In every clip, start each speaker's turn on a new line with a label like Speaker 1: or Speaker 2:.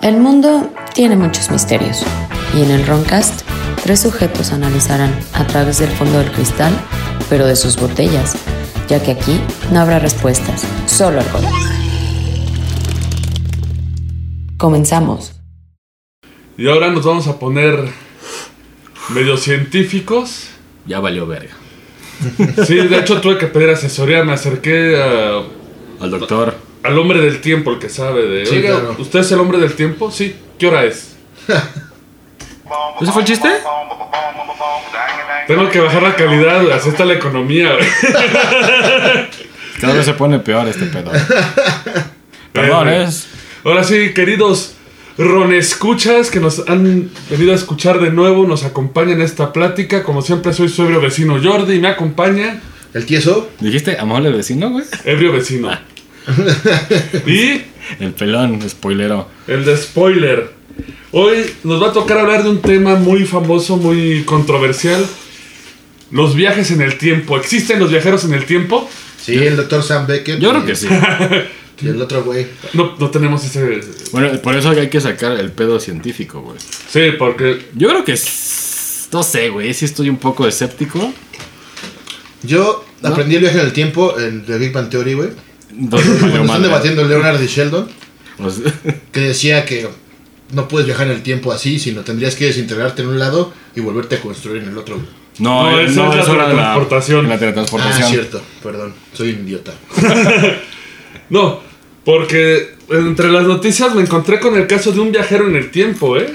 Speaker 1: El mundo tiene muchos misterios y en el Roncast tres sujetos analizarán a través del fondo del cristal, pero de sus botellas, ya que aquí no habrá respuestas, solo algo. Comenzamos.
Speaker 2: Y ahora nos vamos a poner medio científicos.
Speaker 3: Ya valió verga.
Speaker 2: Sí, de hecho tuve que pedir asesoría, me acerqué a-
Speaker 3: Al doctor.
Speaker 2: al hombre del tiempo, el que sabe de...
Speaker 4: Sí,
Speaker 2: Oiga,
Speaker 4: claro.
Speaker 2: ¿usted es el hombre del tiempo? Sí, ¿qué hora es?
Speaker 3: ¿Ese fue el chiste?
Speaker 2: Tengo que bajar la calidad, así está la economía. güey.
Speaker 3: Cada vez se pone peor este pedo. Perdón, es.
Speaker 2: Ahora sí, queridos Escuchas que nos han venido a escuchar de nuevo, nos acompañan en esta plática. Como siempre, soy su ebrio vecino Jordi y me acompaña
Speaker 4: ¿El tieso?
Speaker 3: ¿Dijiste amable vecino, güey?
Speaker 2: ebrio vecino. y
Speaker 3: El pelón, spoilero.
Speaker 2: El de spoiler. Hoy nos va a tocar hablar de un tema muy famoso, muy controversial. Los viajes en el tiempo. ¿Existen los viajeros en el tiempo?
Speaker 4: Sí, el doctor Sam Beckett.
Speaker 3: Yo
Speaker 4: y-
Speaker 3: creo que sí.
Speaker 4: Y el otro güey.
Speaker 2: No, no tenemos ese...
Speaker 3: Bueno, por eso hay que sacar el pedo científico, güey.
Speaker 2: Sí, porque...
Speaker 3: Yo creo que. s- No sé, güey. Sí estoy un poco escéptico.
Speaker 4: Yo
Speaker 3: ¿No?
Speaker 4: aprendí el viaje en el tiempo en The Big Bang Theory, güey.
Speaker 3: Entonces, valió
Speaker 4: Cuando están
Speaker 3: madre.
Speaker 4: debatiendo Leonard y Sheldon,
Speaker 3: O sea,
Speaker 4: que decía que no puedes viajar en el tiempo así, sino tendrías que desintegrarte en un lado y volverte a construir en el otro. güey.
Speaker 3: No,
Speaker 2: No,
Speaker 3: eh,
Speaker 2: esa
Speaker 3: no,
Speaker 2: es la
Speaker 3: eso era
Speaker 2: teletransportación.
Speaker 3: La
Speaker 4: Ah,
Speaker 3: teletransportación.
Speaker 4: cierto. Perdón, soy un idiota.
Speaker 2: No, porque entre las noticias me encontré con el caso de un viajero en el tiempo, ¿eh?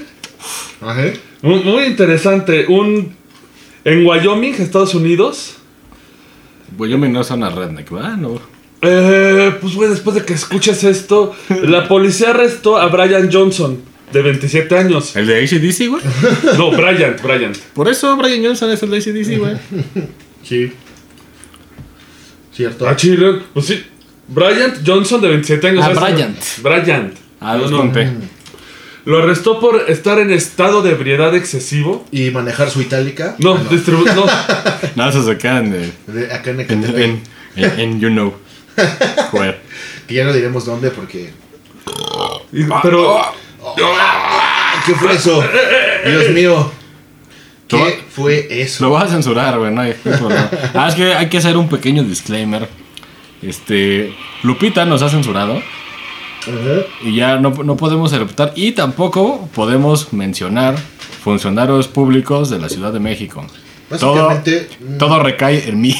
Speaker 4: Ajá.
Speaker 2: Muy, muy interesante. Un... En Wyoming, Estados Unidos.
Speaker 3: Güey, yo me no son a redneck, ¿verdad? No.
Speaker 2: Eh, pues güey, después de que escuches esto, la policía arrestó a Brian Johnson, de 27 años.
Speaker 3: El de ACDC, güey.
Speaker 2: No, Brian, Brian.
Speaker 3: Por eso Brian Johnson es el de ACDC, güey.
Speaker 4: Sí. Cierto.
Speaker 2: Ah, Chile. Pues sí. Bryant Johnson, de 27 años.
Speaker 3: Ah,
Speaker 2: ¿sabes?
Speaker 3: Bryant.
Speaker 2: Bryant.
Speaker 3: Ah,
Speaker 2: No,
Speaker 3: los
Speaker 2: no.
Speaker 3: conté.
Speaker 2: Lo arrestó por estar en estado de ebriedad excesivo.
Speaker 4: Y manejar su itálica.
Speaker 2: No,
Speaker 4: Ah, no.
Speaker 2: distribu- no.
Speaker 3: Nada, se sacan de.
Speaker 4: De acá en
Speaker 3: este- En,
Speaker 4: Ecatepec,
Speaker 3: en, en, en You Know. Joder.
Speaker 4: Que ya no diremos dónde porque.
Speaker 2: Y- Pero
Speaker 3: Ah,
Speaker 4: ¿Qué fue eso? Dios mío.
Speaker 3: Toma.
Speaker 4: ¿Qué fue eso?
Speaker 3: Lo vas a censurar, güey. No hay problema. Ah, es que hay que hacer un pequeño disclaimer. Este. Lupita nos ha censurado.
Speaker 4: Ajá.
Speaker 3: Y ya no, no podemos aceptar. Y tampoco podemos mencionar funcionarios públicos de la Ciudad de México. Todo,
Speaker 4: Básicamente, mm,
Speaker 3: todo recae en mí.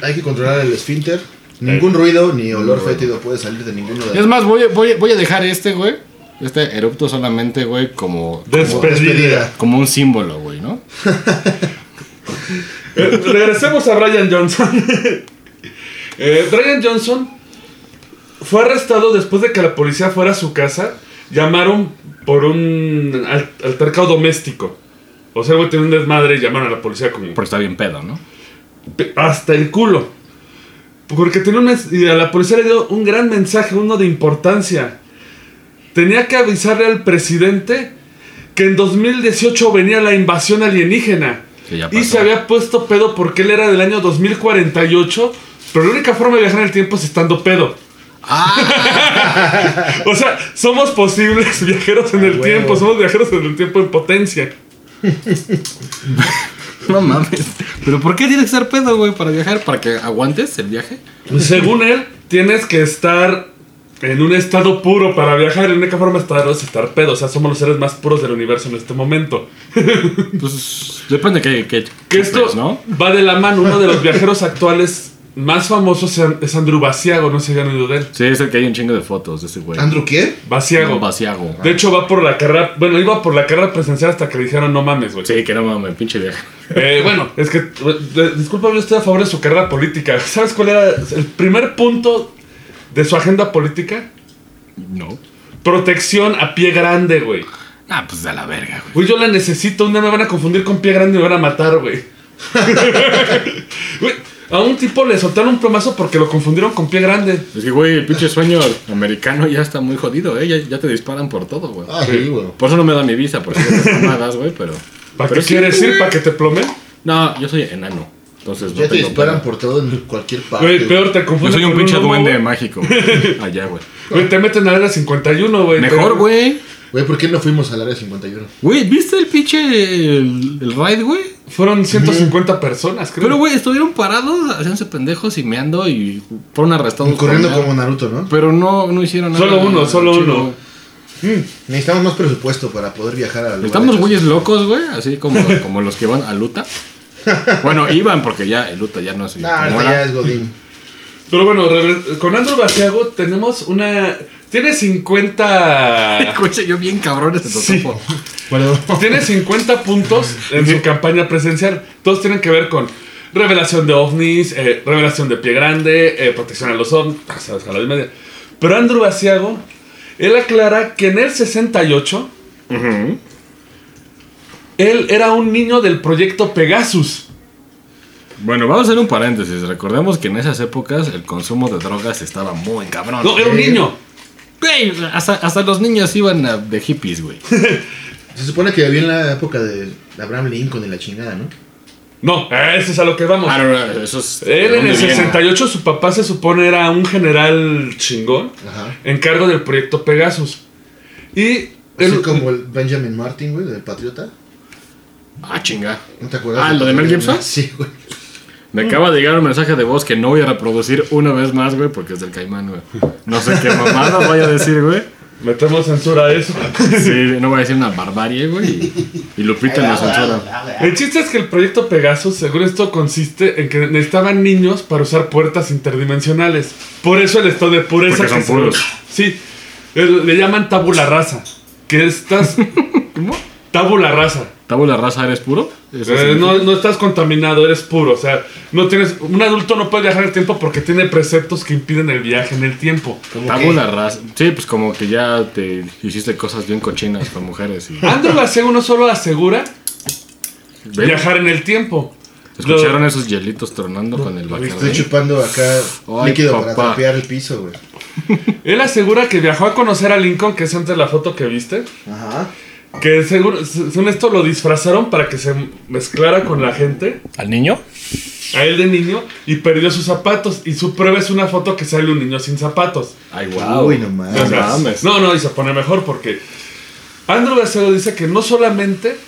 Speaker 4: Hay que controlar el esfínter. Ningún ruido ni olor fétido puede salir de ninguno de
Speaker 3: Es más, voy, a- voy, a- voy a dejar este, güey. Este erupto solamente, güey, como.
Speaker 2: despedida.
Speaker 4: Despedida.
Speaker 3: Como un símbolo, güey, ¿no?
Speaker 2: Eh, regresemos a Brian Johnson. Eh, Brian Johnson fue arrestado después de que la policía fuera a su casa. Llamaron por un al- altercado doméstico. O sea, el güey tenía un desmadre y llamaron a la policía como
Speaker 3: Porque está bien pedo, ¿no?
Speaker 2: pe- hasta el culo. Porque tenía un mes- y a la policía le dio un gran mensaje, uno de importancia. Tenía que avisarle al presidente que en 2018 venía la invasión alienígena.
Speaker 3: Que ya pasó.
Speaker 2: Y se había puesto pedo porque él era del año 2048. Pero la única forma de viajar en el tiempo es estando pedo.
Speaker 3: Ah.
Speaker 2: o sea, somos posibles viajeros en
Speaker 4: Ah,
Speaker 2: el
Speaker 4: huevo.
Speaker 2: tiempo, somos viajeros en el tiempo en potencia.
Speaker 3: No mames. ¿Pero por qué tienes que estar pedo, güey, para viajar? ¿Para que aguantes el viaje?
Speaker 2: Según él, tienes que estar en un estado puro para viajar. La única forma de estar es estar pedo. O sea, somos los seres más puros del universo en este momento.
Speaker 3: Pues depende que... Que,
Speaker 2: Que esto
Speaker 3: ¿no?
Speaker 2: va de la mano. Uno de los viajeros actuales más famosos es Andrew Baciago. No sé si han oído de él.
Speaker 3: Sí, es el que hay un chingo de fotos de ese güey.
Speaker 4: ¿Andrew qué?
Speaker 2: Baciago.
Speaker 3: Vaciago.
Speaker 2: de hecho, va por la carrera. Bueno, iba por la carrera presencial hasta que le dijeron no mames, güey.
Speaker 3: Sí, que no mames, pinche viaje.
Speaker 2: Eh, bueno, es que, eh, disculpa, yo estoy a favor de su carrera política. ¿Sabes cuál era el primer punto de su agenda política?
Speaker 3: No.
Speaker 2: Protección a pie grande, güey.
Speaker 3: Ah, pues a la verga,
Speaker 2: Güey,
Speaker 3: güey.
Speaker 2: yo la necesito. Un día me van a confundir con pie grande y me van a matar, güey. Güey, a un tipo le soltaron un plomazo porque lo confundieron con pie grande.
Speaker 3: Es que, güey, el pinche sueño americano ya está muy jodido, ¿eh? Ya, ya te disparan por todo, güey.
Speaker 4: Ah, sí, güey.
Speaker 3: Por eso no me da mi visa, por esas mamadas, güey, pero...
Speaker 2: ¿Para
Speaker 3: pero
Speaker 2: qué
Speaker 3: sí,
Speaker 2: quieres
Speaker 3: güey.
Speaker 2: ir? ¿Para que te plomen?
Speaker 3: No, yo soy enano. Entonces no
Speaker 4: Ya te
Speaker 3: tengo
Speaker 4: disparan
Speaker 3: pena.
Speaker 4: por todo en cualquier parte.
Speaker 2: Güey, peor te
Speaker 3: Yo
Speaker 2: confunden.
Speaker 3: soy un
Speaker 2: con
Speaker 3: pinche
Speaker 2: lobo.
Speaker 3: duende mágico. Allá, güey.
Speaker 2: Güey, te meten al área 51, güey.
Speaker 3: Mejor,
Speaker 2: Te-
Speaker 3: güey.
Speaker 4: Güey, ¿por qué no fuimos al área 51?
Speaker 3: Güey, ¿viste el pinche el, el raid, güey?
Speaker 2: Fueron 150 personas, creo.
Speaker 3: Pero, güey, estuvieron parados, haciéndose pendejos y meando y fueron arrestados. por
Speaker 4: Corriendo
Speaker 3: nada.
Speaker 4: como Naruto, ¿no?
Speaker 3: Pero no, no hicieron nada.
Speaker 2: Solo uno, solo
Speaker 3: chido.
Speaker 2: uno.
Speaker 4: Necesitamos más presupuesto para poder viajar a la
Speaker 3: Estamos güeyes locos, güey, así como, como los que van a Luta. Bueno, iban porque ya el Luta ya no se
Speaker 4: Nah, ahorita
Speaker 3: incomoda.
Speaker 4: ya es Godín.
Speaker 2: Pero bueno, regre- con Andrew Baciago tenemos una. Tiene 50.
Speaker 3: Escucha, yo bien cabrón este totopo.
Speaker 4: Bueno,
Speaker 2: Pues tiene 50 puntos en su campaña presencial. Todos tienen que ver con revelación de ovnis, eh, revelación de pie grande, eh, protección a los ovnis. o sea, a la de media. Pero Andrew Baciago, él aclara que en el 68, él era un niño del proyecto Pegasus.
Speaker 3: Bueno, vamos a hacer un paréntesis. Recordemos que en esas épocas el consumo de drogas estaba muy cabrón.
Speaker 2: No, era un niño.
Speaker 3: Güey, hasta, hasta los niños iban a- de hippies, güey.
Speaker 4: se supone que había en la época de Abraham Lincoln y la chingada, ¿no?
Speaker 2: No, eso es a lo que vamos.
Speaker 3: Ah, no, no, eso es-
Speaker 2: Él en
Speaker 3: ¿dónde
Speaker 2: el
Speaker 3: viene?
Speaker 2: 68, su papá se supone era un general chingón
Speaker 4: Ajá.
Speaker 2: en cargo del proyecto Pegasus. Y
Speaker 4: Así
Speaker 2: él-
Speaker 4: como el Benjamin Martin, güey, del Patriota.
Speaker 3: Ah, chinga.
Speaker 4: ¿No te acuerdas?
Speaker 3: Ah, ¿lo de Mel Gibson?
Speaker 4: Sí, güey.
Speaker 3: Me acaba de llegar un mensaje de voz que no voy a reproducir una vez más, güey, porque es del caimán, güey. No sé qué mamada vaya a decir, güey.
Speaker 2: metemos censura a eso.
Speaker 3: Sí, no voy a decir una barbarie, güey. Y, y Lupita en la censura.
Speaker 2: El chiste es que el proyecto Pegasus, según esto, consiste en que necesitaban niños para usar puertas interdimensionales. Por eso el estado de pureza.
Speaker 3: Porque son
Speaker 2: que se-
Speaker 3: puros.
Speaker 2: Sí, el- le llaman tabula rasa. Que estás.
Speaker 3: ¿Cómo?
Speaker 2: tabula rasa.
Speaker 3: ¿Tabula raza eres puro? Eso
Speaker 2: Eh,
Speaker 3: significa-
Speaker 2: no, no estás contaminado, eres puro. O sea, no tienes. Un adulto no puede viajar en el tiempo porque tiene preceptos que impiden el viaje en el tiempo.
Speaker 4: Como
Speaker 3: Tabula raza. Sí, pues como que ya te hiciste cosas bien cochinas con mujeres. Y...
Speaker 2: Andrew Gaseo no solo asegura
Speaker 3: ¿Ven?
Speaker 2: viajar en el tiempo.
Speaker 3: ¿Escucharon esos hielitos tronando con el
Speaker 4: que Estoy
Speaker 3: bacardí?
Speaker 4: chupando acá
Speaker 3: Ay,
Speaker 4: líquido para
Speaker 3: papá.
Speaker 4: tapear el piso, güey.
Speaker 2: Él asegura que viajó a conocer a Lincoln, que es antes la foto que viste.
Speaker 4: Ajá.
Speaker 2: Que seguro, se- según esto lo disfrazaron para que se mezclara con la gente,
Speaker 3: ¿Al niño?
Speaker 2: a él de niño, y perdió sus zapatos. Y su prueba es una foto que sale un niño sin zapatos.
Speaker 3: Ay, wow.
Speaker 4: Uy, no Ah, mames.
Speaker 2: O sea,
Speaker 3: mames.
Speaker 2: no, no, y se pone mejor porque Andrew Gaseo dice que no solamente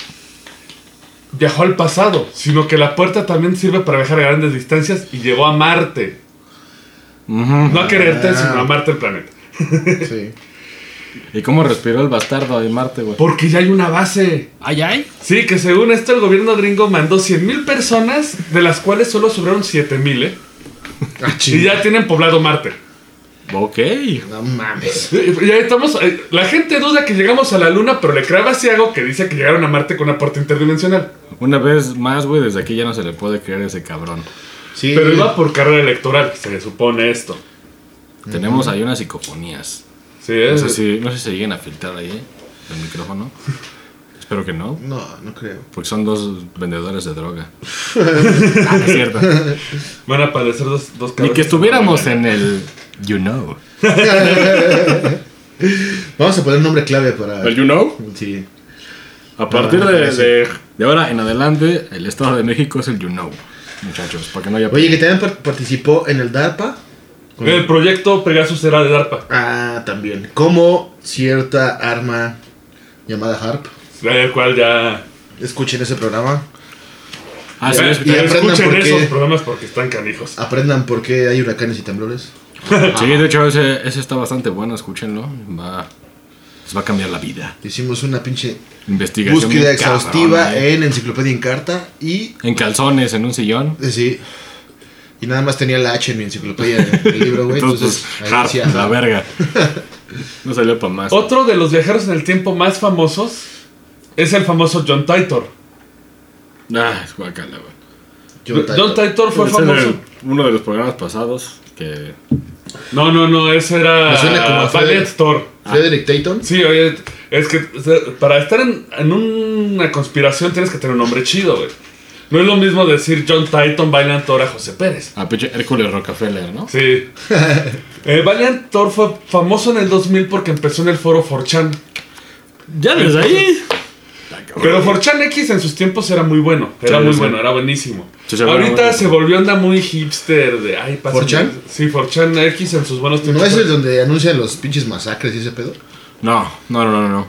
Speaker 2: viajó al pasado, sino que la puerta también sirve para viajar a grandes distancias y llegó a Marte.
Speaker 3: Ujú.
Speaker 2: No a quererte,
Speaker 4: Ah.
Speaker 2: sino a Marte el planeta.
Speaker 4: Sí.
Speaker 3: ¿Y cómo respiró el bastardo de Marte, güey?
Speaker 2: Porque ya hay una base.
Speaker 3: Ay, ay.
Speaker 2: Sí, que según esto el gobierno gringo mandó 100.000 personas, de las cuales solo sobraron 7.000, ¿eh?
Speaker 4: Ah,
Speaker 2: Y ya tienen poblado Marte.
Speaker 3: Ok.
Speaker 4: No mames.
Speaker 2: Eh, Ya estamos... eh, La gente duda que llegamos a la Luna, pero le creaba Ciago que dice que llegaron a Marte con una puerta interdimensional.
Speaker 3: Una vez más, güey, desde aquí ya no se le puede creer a ese cabrón.
Speaker 4: Sí.
Speaker 2: Pero iba por carrera electoral, se supone esto.
Speaker 3: Tenemos ahí unas psicofonías.
Speaker 2: Sí, eh.
Speaker 3: No
Speaker 2: es...
Speaker 3: sé si, no sé si se llegan a filtrar ahí, ¿eh? el micrófono. Espero que no,
Speaker 4: No, no creo.
Speaker 3: porque son dos vendedores de droga. Ah, es cierto.
Speaker 2: Van a aparecer dos, dos
Speaker 3: Ni
Speaker 2: cabezas.
Speaker 3: que estuviéramos en el You Know.
Speaker 4: Vamos a poner un nombre clave para.
Speaker 3: ¿El You Know?
Speaker 4: Sí.
Speaker 3: A partir
Speaker 4: No, no,
Speaker 3: de,
Speaker 4: no, sí.
Speaker 3: de, de ahora en adelante, el Estado de México es el You Know, muchachos, para que no haya...
Speaker 4: Oye, que también par- participó en el DARPA. Con-
Speaker 2: El proyecto Pegasus era de DARPA.
Speaker 4: Ah, también. Como cierta arma llamada HARP.
Speaker 2: El cual ya...
Speaker 4: Escuchen ese programa.
Speaker 3: Ah, sí,
Speaker 2: Ya-
Speaker 3: es-
Speaker 2: ya
Speaker 4: y aprendan
Speaker 2: escuchen
Speaker 4: por qué.
Speaker 2: esos programas porque están canijos.
Speaker 4: Aprendan por qué hay huracanes y temblores.
Speaker 3: sí, de hecho ese, ese está bastante bueno, escúchenlo. Va, les va a cambiar la vida.
Speaker 4: Hicimos una pinche
Speaker 3: Investigación.
Speaker 4: búsqueda
Speaker 3: bien cabrona,
Speaker 4: exhaustiva
Speaker 3: ¿eh?
Speaker 4: en Enciclopedia Encarta y.
Speaker 3: En calzones, en un sillón.
Speaker 4: eh, Sí. Y nada más tenía la H en mi enciclopedia del libro, güey. Entonces,
Speaker 3: Entonces,
Speaker 4: ahí
Speaker 3: Harp,
Speaker 4: decía,
Speaker 3: la verga. No salió para más.
Speaker 2: Otro de los viajeros en el tiempo más famosos es el famoso John Titor.
Speaker 3: Ah, es guacala, güey.
Speaker 4: John
Speaker 2: John
Speaker 4: Titor.
Speaker 2: Titor fue
Speaker 3: Ese
Speaker 2: famoso.
Speaker 3: era uno de los programas pasados que.
Speaker 2: No, no, no, ese era
Speaker 4: Me suena como a
Speaker 2: Ballet
Speaker 4: Fede.
Speaker 2: Thor.
Speaker 4: Frederick Tayton.
Speaker 2: Sí, oye, es que o sea, para estar en, en una conspiración tienes que tener un nombre chido, güey. No es lo mismo decir John Titan, Valiant Thor a José Pérez.
Speaker 3: A pinche Hércules Rockefeller, ¿no?
Speaker 2: Sí. Eh, Valiant Thor fue famoso en el 2000 porque empezó en el foro 4chan.
Speaker 3: Ya desde ahí. cabrón.
Speaker 2: Pero 4chanx en sus tiempos era muy bueno. Era
Speaker 3: Sí,
Speaker 2: muy
Speaker 3: sí.
Speaker 2: bueno, era buenísimo.
Speaker 3: Sí, sí, era
Speaker 2: Ahorita
Speaker 3: bueno.
Speaker 2: se volvió onda muy hipster de. Ay, pásenme-
Speaker 4: 4chan?
Speaker 2: Sí, 4chanx en sus buenos
Speaker 4: ¿No
Speaker 2: tiempos.
Speaker 4: es el donde anuncian los pinches masacres y ese pedo?
Speaker 3: No, no, no, no, no.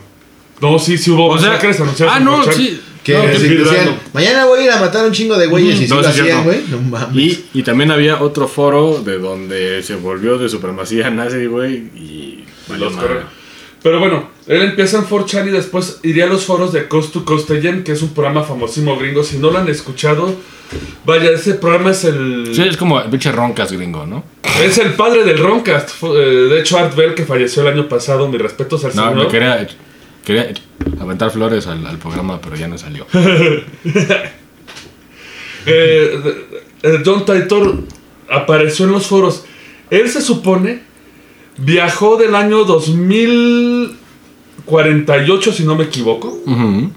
Speaker 2: No, sí, sí hubo
Speaker 3: O sea,
Speaker 2: masacres anunciados
Speaker 3: ah,
Speaker 2: en
Speaker 3: no,
Speaker 2: 4chan.
Speaker 3: sí.
Speaker 4: Que
Speaker 2: No, te
Speaker 4: se
Speaker 2: pido
Speaker 4: decían,
Speaker 2: algo.
Speaker 4: mañana voy a ir a matar a un chingo de güeyes
Speaker 3: Ujú,
Speaker 4: y si
Speaker 3: no,
Speaker 4: lo
Speaker 3: sí es cierto.
Speaker 4: hacían, güey. No mames.
Speaker 3: Y, y también había otro foro de donde se volvió de supremacía nazi, güey, y... valió
Speaker 2: Los
Speaker 3: madre.
Speaker 2: corre- Pero bueno, él empieza en 4chan y después iría a los foros de Cost to Cost Again, que es un programa famosísimo gringo. Si no lo han escuchado, vaya, ese programa es el.
Speaker 3: Sí, es como el pinche roncas gringo, ¿no?
Speaker 2: Es el padre del Roncast. Fu- eh, de hecho, Art Bell, que falleció el año pasado, mis respetos al
Speaker 3: No,
Speaker 2: señor.
Speaker 3: me quería, quería aventar flores al, al programa, pero ya no salió.
Speaker 2: Eh, de- de- John Titor apareció en los foros. Él se supone viajó del año 2048, si no me equivoco,
Speaker 3: Ujú.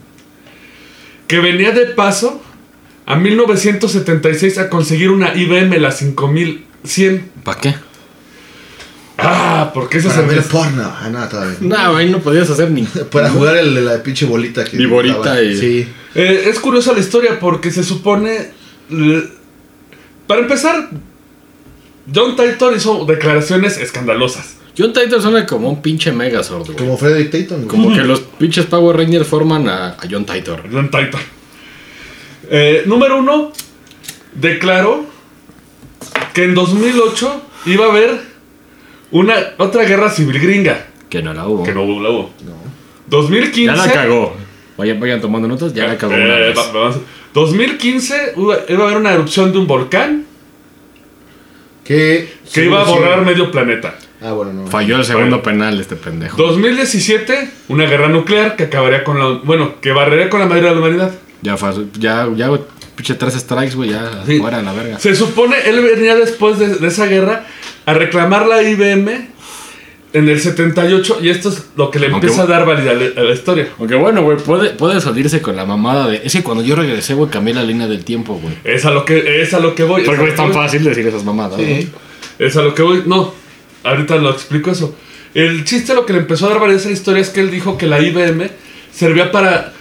Speaker 2: que venía de paso a 1976 a conseguir una IBM, la 5100.
Speaker 3: ¿Para qué?
Speaker 2: Ah, porque ese es
Speaker 4: Para
Speaker 2: el...
Speaker 4: ver porno. Ah, no, todavía. no.
Speaker 3: No, güey, no podías hacer ni...
Speaker 4: Para jugar el de la pinche bolita que.
Speaker 3: Mi bolita
Speaker 4: dibujaba.
Speaker 3: y-
Speaker 4: Sí.
Speaker 2: Eh, es curiosa la historia porque se supone. l- Para empezar, John Titor hizo declaraciones escandalosas.
Speaker 3: John Titor suena como un pinche megazord, güey.
Speaker 4: Como Frederick Tayton, güey.
Speaker 3: Como que los pinches Power Rangers forman a, a John Titor.
Speaker 2: John Titor. Eh, número uno, declaró que en 2008 iba a haber una, otra guerra civil gringa.
Speaker 3: Que no la hubo.
Speaker 2: Que no hubo, la hubo.
Speaker 4: No.
Speaker 2: 2015.
Speaker 3: Ya la cagó. Vayan, vayan tomando notas, ya la cagó una
Speaker 2: Eh,
Speaker 3: vez.
Speaker 2: va- vamos. 2015 iba iba a haber una erupción de un volcán
Speaker 4: Que.
Speaker 2: que
Speaker 4: sí,
Speaker 2: iba a
Speaker 4: sí.
Speaker 2: borrar medio planeta.
Speaker 4: Ah, bueno, no.
Speaker 3: Falló el segundo penal este pendejo.
Speaker 2: 2017, una guerra nuclear que acabaría con la. Bueno, que barrería con la mayoría de la humanidad.
Speaker 3: Ya, fue- ya, ya, güey, pinche tres strikes, güey, ya
Speaker 2: Sí.
Speaker 3: fuera la verga.
Speaker 2: Se supone él venía después de, de esa guerra a reclamar la IBM en el 78, y esto es lo que le
Speaker 3: Aunque
Speaker 2: empieza a
Speaker 3: bu-
Speaker 2: dar validez a la- a la historia.
Speaker 3: Aunque bueno, güey, puede, puede salirse con la mamada de... Es que cuando yo regresé, güey, cambié la línea del tiempo, güey.
Speaker 2: Es a lo que, es a lo que voy.
Speaker 3: Porque es tan
Speaker 2: Exactamente.
Speaker 3: fácil decir esas mamadas,
Speaker 4: Sí.
Speaker 2: Es a lo que voy. No, ahorita lo explico eso. El chiste lo que le empezó a dar varias historias es que él dijo que la IBM servía para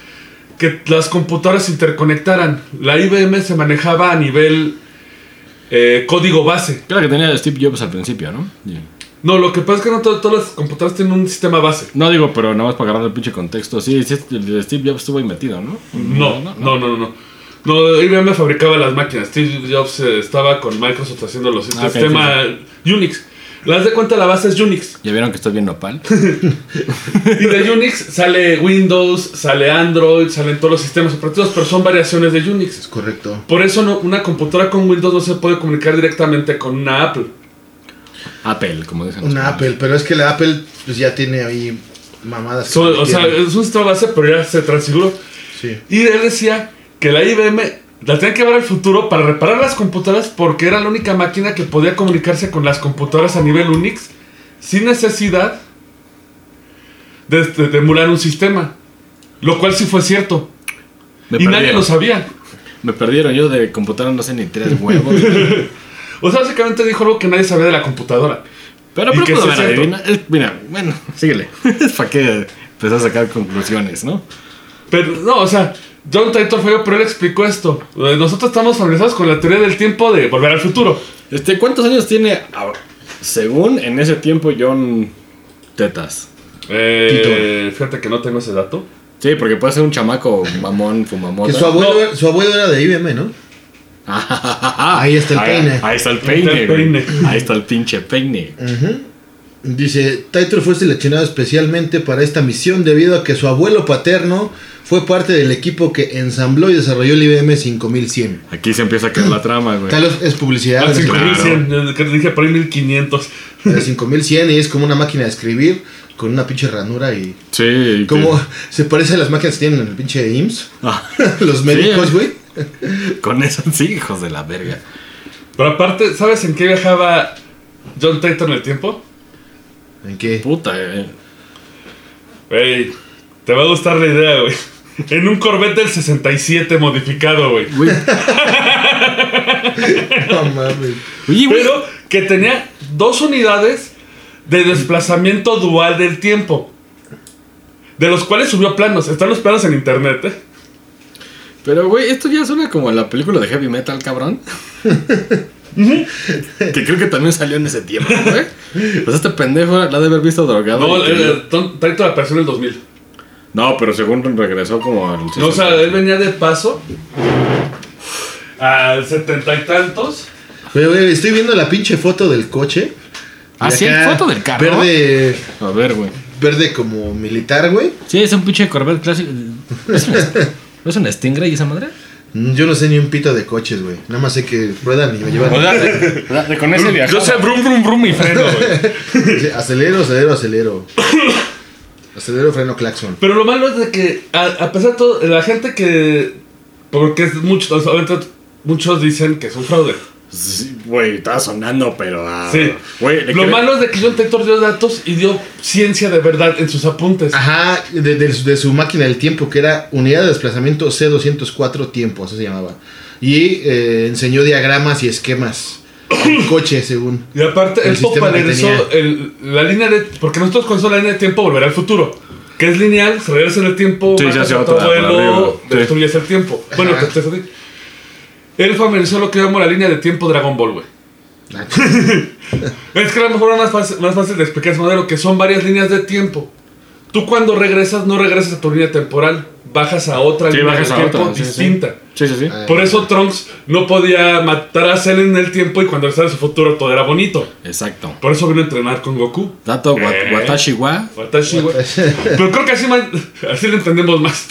Speaker 2: que las computadoras se interconectaran. La IBM se manejaba a nivel eh, código base.
Speaker 3: Creo que tenía Steve Jobs al principio, ¿no?
Speaker 2: No, lo que pasa es que no to- todas las computadoras tienen un sistema base.
Speaker 3: No digo, pero nada más para agarrar el pinche contexto. Sí, sí, el de Steve Jobs estuvo ahí metido, ¿no?
Speaker 2: No, no, no, no. no. No, IBM fabricaba las máquinas. Steve Jobs eh, estaba con Microsoft haciendo los
Speaker 3: Ah, ok,
Speaker 2: sistemas sistema Unix. Las de cuenta la base es Unix.
Speaker 3: ¿Ya vieron que estoy bien nopal?
Speaker 2: Y de Unix sale Windows, sale Android, salen todos los sistemas operativos, pero son variaciones de
Speaker 4: Es
Speaker 2: Unix.
Speaker 4: correcto.
Speaker 2: Por eso no, una computadora con Windows no se puede comunicar directamente con una Apple.
Speaker 3: Apple, como dicen. los
Speaker 4: Una
Speaker 3: padres.
Speaker 4: Apple, pero es que la Apple pues ya tiene ahí mamadas. que
Speaker 2: So-
Speaker 4: le
Speaker 2: o sea,
Speaker 4: tienen.
Speaker 2: es un sistema base, pero ya se transfiguró.
Speaker 4: sí.
Speaker 2: Y él decía que la IBM la tenía que llevar al futuro para reparar las computadoras porque era la única máquina que podía comunicarse con las computadoras a nivel Unix sin necesidad de, este, de- de emular un sistema. Lo cual sí fue cierto.
Speaker 3: Me
Speaker 2: y nadie
Speaker 3: perdieron.
Speaker 2: lo sabía.
Speaker 3: Me perdieron yo de computadora, no sé ni tres huevos.
Speaker 2: O sea, básicamente dijo algo que nadie sabía de la computadora.
Speaker 3: Pero,
Speaker 2: ¿Y
Speaker 3: pero
Speaker 2: qué
Speaker 3: pudo
Speaker 2: sí es
Speaker 3: haber
Speaker 2: cierto?
Speaker 3: adivinado. Eh, Mira, bueno, síguele. Es para que empezar a sacar conclusiones, ¿no?
Speaker 2: Pero no, o sea, John Titor fue yo, pero él explicó esto. Eh, Nosotros estamos familiarizados con la teoría del tiempo de volver al futuro.
Speaker 3: Este, ¿cuántos años tiene, ah, según en ese tiempo, John Tetas?
Speaker 2: Eh, fíjate que no tengo ese dato.
Speaker 3: Sí, porque puede ser un chamaco mamón, fumamota.
Speaker 4: Que su abuelo, su abuelo era de IBM, ¿no? Ahí está el
Speaker 3: ahí,
Speaker 4: peine.
Speaker 3: Ahí está el
Speaker 2: Ahí está
Speaker 3: peine.
Speaker 2: el
Speaker 3: güey.
Speaker 2: peine.
Speaker 3: Ahí está el pinche peine.
Speaker 4: Dice, Titor fue seleccionado especialmente para esta misión debido a que su abuelo paterno fue parte del equipo que ensambló y desarrolló el IBM 5100.
Speaker 3: Aquí se empieza a caer la trama, güey.
Speaker 4: Tal vez es ah, publicidad.
Speaker 2: Ah,
Speaker 4: de
Speaker 2: 5100, eh, que dije por ahí 1500.
Speaker 4: la 5100 y es como una máquina de escribir con una pinche ranura y...
Speaker 3: Sí.
Speaker 4: Como se parece a las máquinas que tienen en el pinche IMSS.
Speaker 3: Ah,
Speaker 4: Los médicos,
Speaker 3: ¿eh?
Speaker 4: güey.
Speaker 3: con esos sí, hijos de la verga.
Speaker 2: Pero aparte, ¿sabes en qué viajaba John Titor en el tiempo?
Speaker 4: ¿En qué?
Speaker 3: Puta, eh.
Speaker 2: Güey, te va a gustar la idea, güey. En un Corvette del 67 modificado, güey.
Speaker 3: Güey.
Speaker 4: No mames.
Speaker 3: Oye, güey.
Speaker 2: Pero que tenía dos unidades de desplazamiento dual del tiempo. de los cuales subió planos. Están los planos en internet, ¿eh?
Speaker 3: Pero, güey, esto ya suena como la película de heavy metal, cabrón. que creo que también salió en ese tiempo, güey. Pues este pendejo la ha de haber visto drogado.
Speaker 2: No, eh,
Speaker 3: y que-
Speaker 2: el, el Tom- Taito apareció en el 2000.
Speaker 3: No, pero según regresó como al.
Speaker 2: No, o sea, él venía de paso al setenta y tantos.
Speaker 4: Güey, güey, estoy viendo la pinche foto del coche.
Speaker 3: ¿Ah,
Speaker 4: Y
Speaker 3: sí?
Speaker 4: acá,
Speaker 3: ¿Foto del carro?
Speaker 4: Verde,
Speaker 3: A ver, güey.
Speaker 4: verde como militar, güey.
Speaker 3: Sí, es un pinche Corvette clásico. ¿Es un, ¿No es un Stingray esa madre?
Speaker 4: Mm, Yo no sé ni un pito de coches, güey. Nada más sé que ruedan y me llevan.
Speaker 3: de, con ese
Speaker 2: Yo sé brum brum brum y freno, güey.
Speaker 4: Sí, acelero, acelero, acelero. acelero, freno, claxon.
Speaker 2: Pero lo malo es de que, a, a pesar de todo, la gente que. Porque es mucho, ahorita muchos dicen que es un fraude.
Speaker 3: Güey, estaba sonando, pero. ah,
Speaker 2: Sí.
Speaker 3: Güey, le
Speaker 2: lo
Speaker 3: creo-
Speaker 2: malo es de que John Tector dio datos y dio ciencia de verdad en sus apuntes.
Speaker 4: Ajá, de, de su- de su máquina del tiempo, que era unidad de desplazamiento C204 tiempo, así se llamaba. Y eh, enseñó diagramas y esquemas. El coche, según.
Speaker 2: Y aparte,
Speaker 4: El
Speaker 2: él
Speaker 4: sistema que
Speaker 2: popularizó el- la línea de. Porque nosotros conocemos la línea de tiempo volver al futuro. Que es lineal, se regresa en el tiempo,
Speaker 3: Sí, se
Speaker 2: matas
Speaker 3: hace
Speaker 2: a tu
Speaker 3: otra,
Speaker 2: abuelo,
Speaker 3: para arriba. Sí.
Speaker 2: destruyes el tiempo. Bueno,
Speaker 4: Ajá.
Speaker 2: te te- te- Él familiarizó lo que llamamos la línea de tiempo Dragon Ball, güey. Es que a lo mejor era más fácil, más fácil de explicar ese modelo, que son varias líneas de tiempo. Tú cuando regresas, no regresas a tu línea temporal, bajas a otra
Speaker 3: Sí,
Speaker 2: línea
Speaker 3: bajas
Speaker 2: de
Speaker 3: a
Speaker 2: tiempo
Speaker 3: otra. sí, sí.
Speaker 2: distinta.
Speaker 3: Sí, sí, sí.
Speaker 4: Ah.
Speaker 2: Por eso Trunks no podía matar a Cell en el tiempo y cuando estaba en su futuro todo era bonito.
Speaker 3: Exacto.
Speaker 2: Por eso vino a entrenar con Goku.
Speaker 3: Dato wa-
Speaker 2: Eh.
Speaker 3: Watashi wa
Speaker 2: Watashi, güey. Pero creo que así, man- así lo entendemos más.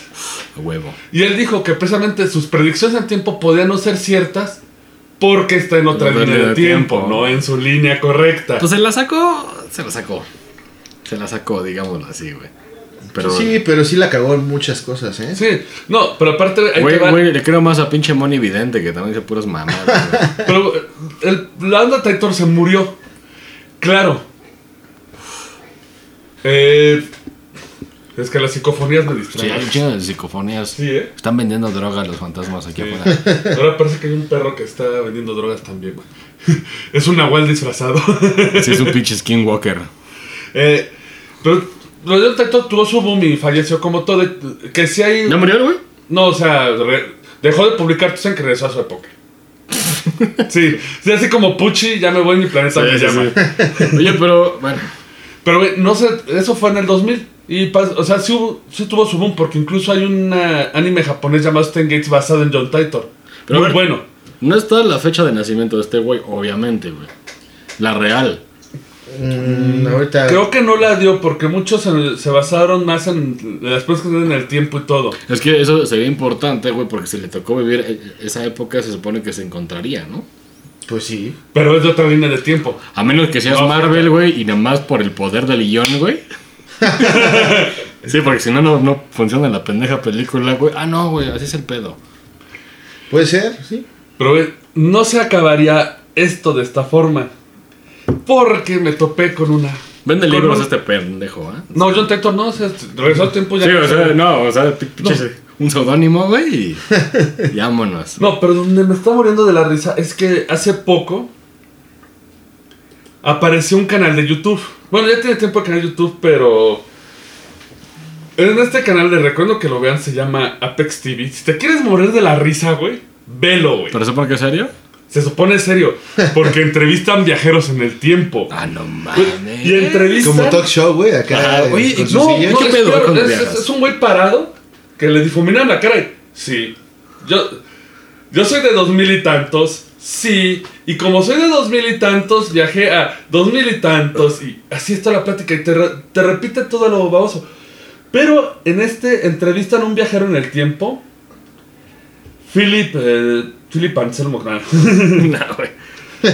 Speaker 3: huevo.
Speaker 2: Y él dijo que precisamente sus predicciones en tiempo podían no ser ciertas porque está en otra
Speaker 3: En
Speaker 2: línea
Speaker 3: otra
Speaker 2: de
Speaker 3: línea de
Speaker 2: tiempo,
Speaker 3: tiempo.
Speaker 2: no en su línea correcta.
Speaker 3: Pues se la sacó, se la sacó. Se la sacó, digámoslo así, güey. Pero
Speaker 4: Sí, pero sí la cagó en muchas cosas, ¿eh?
Speaker 2: sí, no, pero aparte ahí te
Speaker 3: Güey,
Speaker 2: va.
Speaker 3: güey, le creo más a pinche Moni Vidente que también dice puras mamadas. güey.
Speaker 2: Pero eh, el, la onda Traitor se murió. Claro. Eh, es que las psicofonías me
Speaker 3: Sí, hay
Speaker 2: distraen.
Speaker 3: un chingo de psicofonías.
Speaker 2: Sí, ¿eh?
Speaker 3: Están vendiendo droga a los fantasmas aquí
Speaker 2: Sí.
Speaker 3: afuera.
Speaker 2: Ahora parece que hay un perro que está vendiendo drogas también, güey. Es un nahual disfrazado.
Speaker 3: Sí, es un pinche skinwalker.
Speaker 2: Eh, pero lo de Traitor tuvo su boom y falleció como todo. Que si hay.
Speaker 3: ¿Ya
Speaker 2: No,
Speaker 3: murió, güey?
Speaker 2: o sea, re- dejó de publicar tus en que regresó a su época. Sí, sí, así como Puchi, ya me voy a mi planeta. me llama.
Speaker 3: Oye, pero, bueno.
Speaker 2: Pero güey, no sé, eso fue en el 2000. Y pas- o sea, sí, hubo- sí tuvo su boom, porque incluso hay un anime japonés llamado Stan Gates basado en John Titor.
Speaker 3: Pero
Speaker 2: Muy
Speaker 3: a ver.
Speaker 2: bueno.
Speaker 3: No está la fecha de nacimiento de este güey, obviamente, güey. La real.
Speaker 4: Mm, ahorita.
Speaker 2: Creo que no la dio porque muchos se, se basaron más en las cosas que tienen el tiempo y todo.
Speaker 3: Es que eso sería importante, güey, porque si le tocó vivir e- esa época, se supone que se encontraría, ¿no?
Speaker 4: Pues sí.
Speaker 2: Pero es de otra línea de tiempo.
Speaker 3: A menos que seas
Speaker 2: No,
Speaker 3: Marvel, güey, y nada más por el poder del guión, güey. sí, porque si no, no, no funciona la pendeja película, güey. Ah, no, güey, así es el pedo.
Speaker 4: Puede ser, sí.
Speaker 2: Pero güey, no se acabaría esto de esta forma. Porque me topé con una.
Speaker 3: Vende
Speaker 2: con
Speaker 3: libros
Speaker 2: un-
Speaker 3: este pendejo, ¿eh?
Speaker 2: No, John Titor no, se regresó al tiempo ya.
Speaker 3: Sí, o sea, no, o sea, pinche- un seudónimo, güey. y- y vámonos.
Speaker 2: No, pero donde me está muriendo de la risa es que hace poco apareció un canal de YouTube. Bueno, ya tiene tiempo el canal de YouTube, pero en este canal les recuerdo que lo vean, se llama Apex TV. Si te quieres morir de la risa, güey, velo, güey.
Speaker 3: ¿Pero supone que es serio?
Speaker 2: Se supone serio, porque entrevistan viajeros en el tiempo.
Speaker 3: Ah, no mames.
Speaker 2: Güey, Pues, Y entrevistan
Speaker 4: Como talk show, güey, acá.
Speaker 3: Ajá,
Speaker 4: eh,
Speaker 3: oye,
Speaker 4: con su
Speaker 2: Ah, no,
Speaker 4: silla.
Speaker 2: no,
Speaker 3: ¿Qué
Speaker 2: es,
Speaker 3: pedo
Speaker 2: claro,
Speaker 3: con
Speaker 2: es-
Speaker 3: Viagra?
Speaker 2: es- es un güey parado que le difuminan la cara y, sí, yo, yo soy de dos mil y tantos, sí, y como soy de dos mil y tantos, viajé a dos mil y tantos, y así está la plática, y te, re- te repite todo lo baboso. Pero en este entrevistan a un viajero en el tiempo, Philip, eh, Philip Anselmo, no,
Speaker 3: no, güey.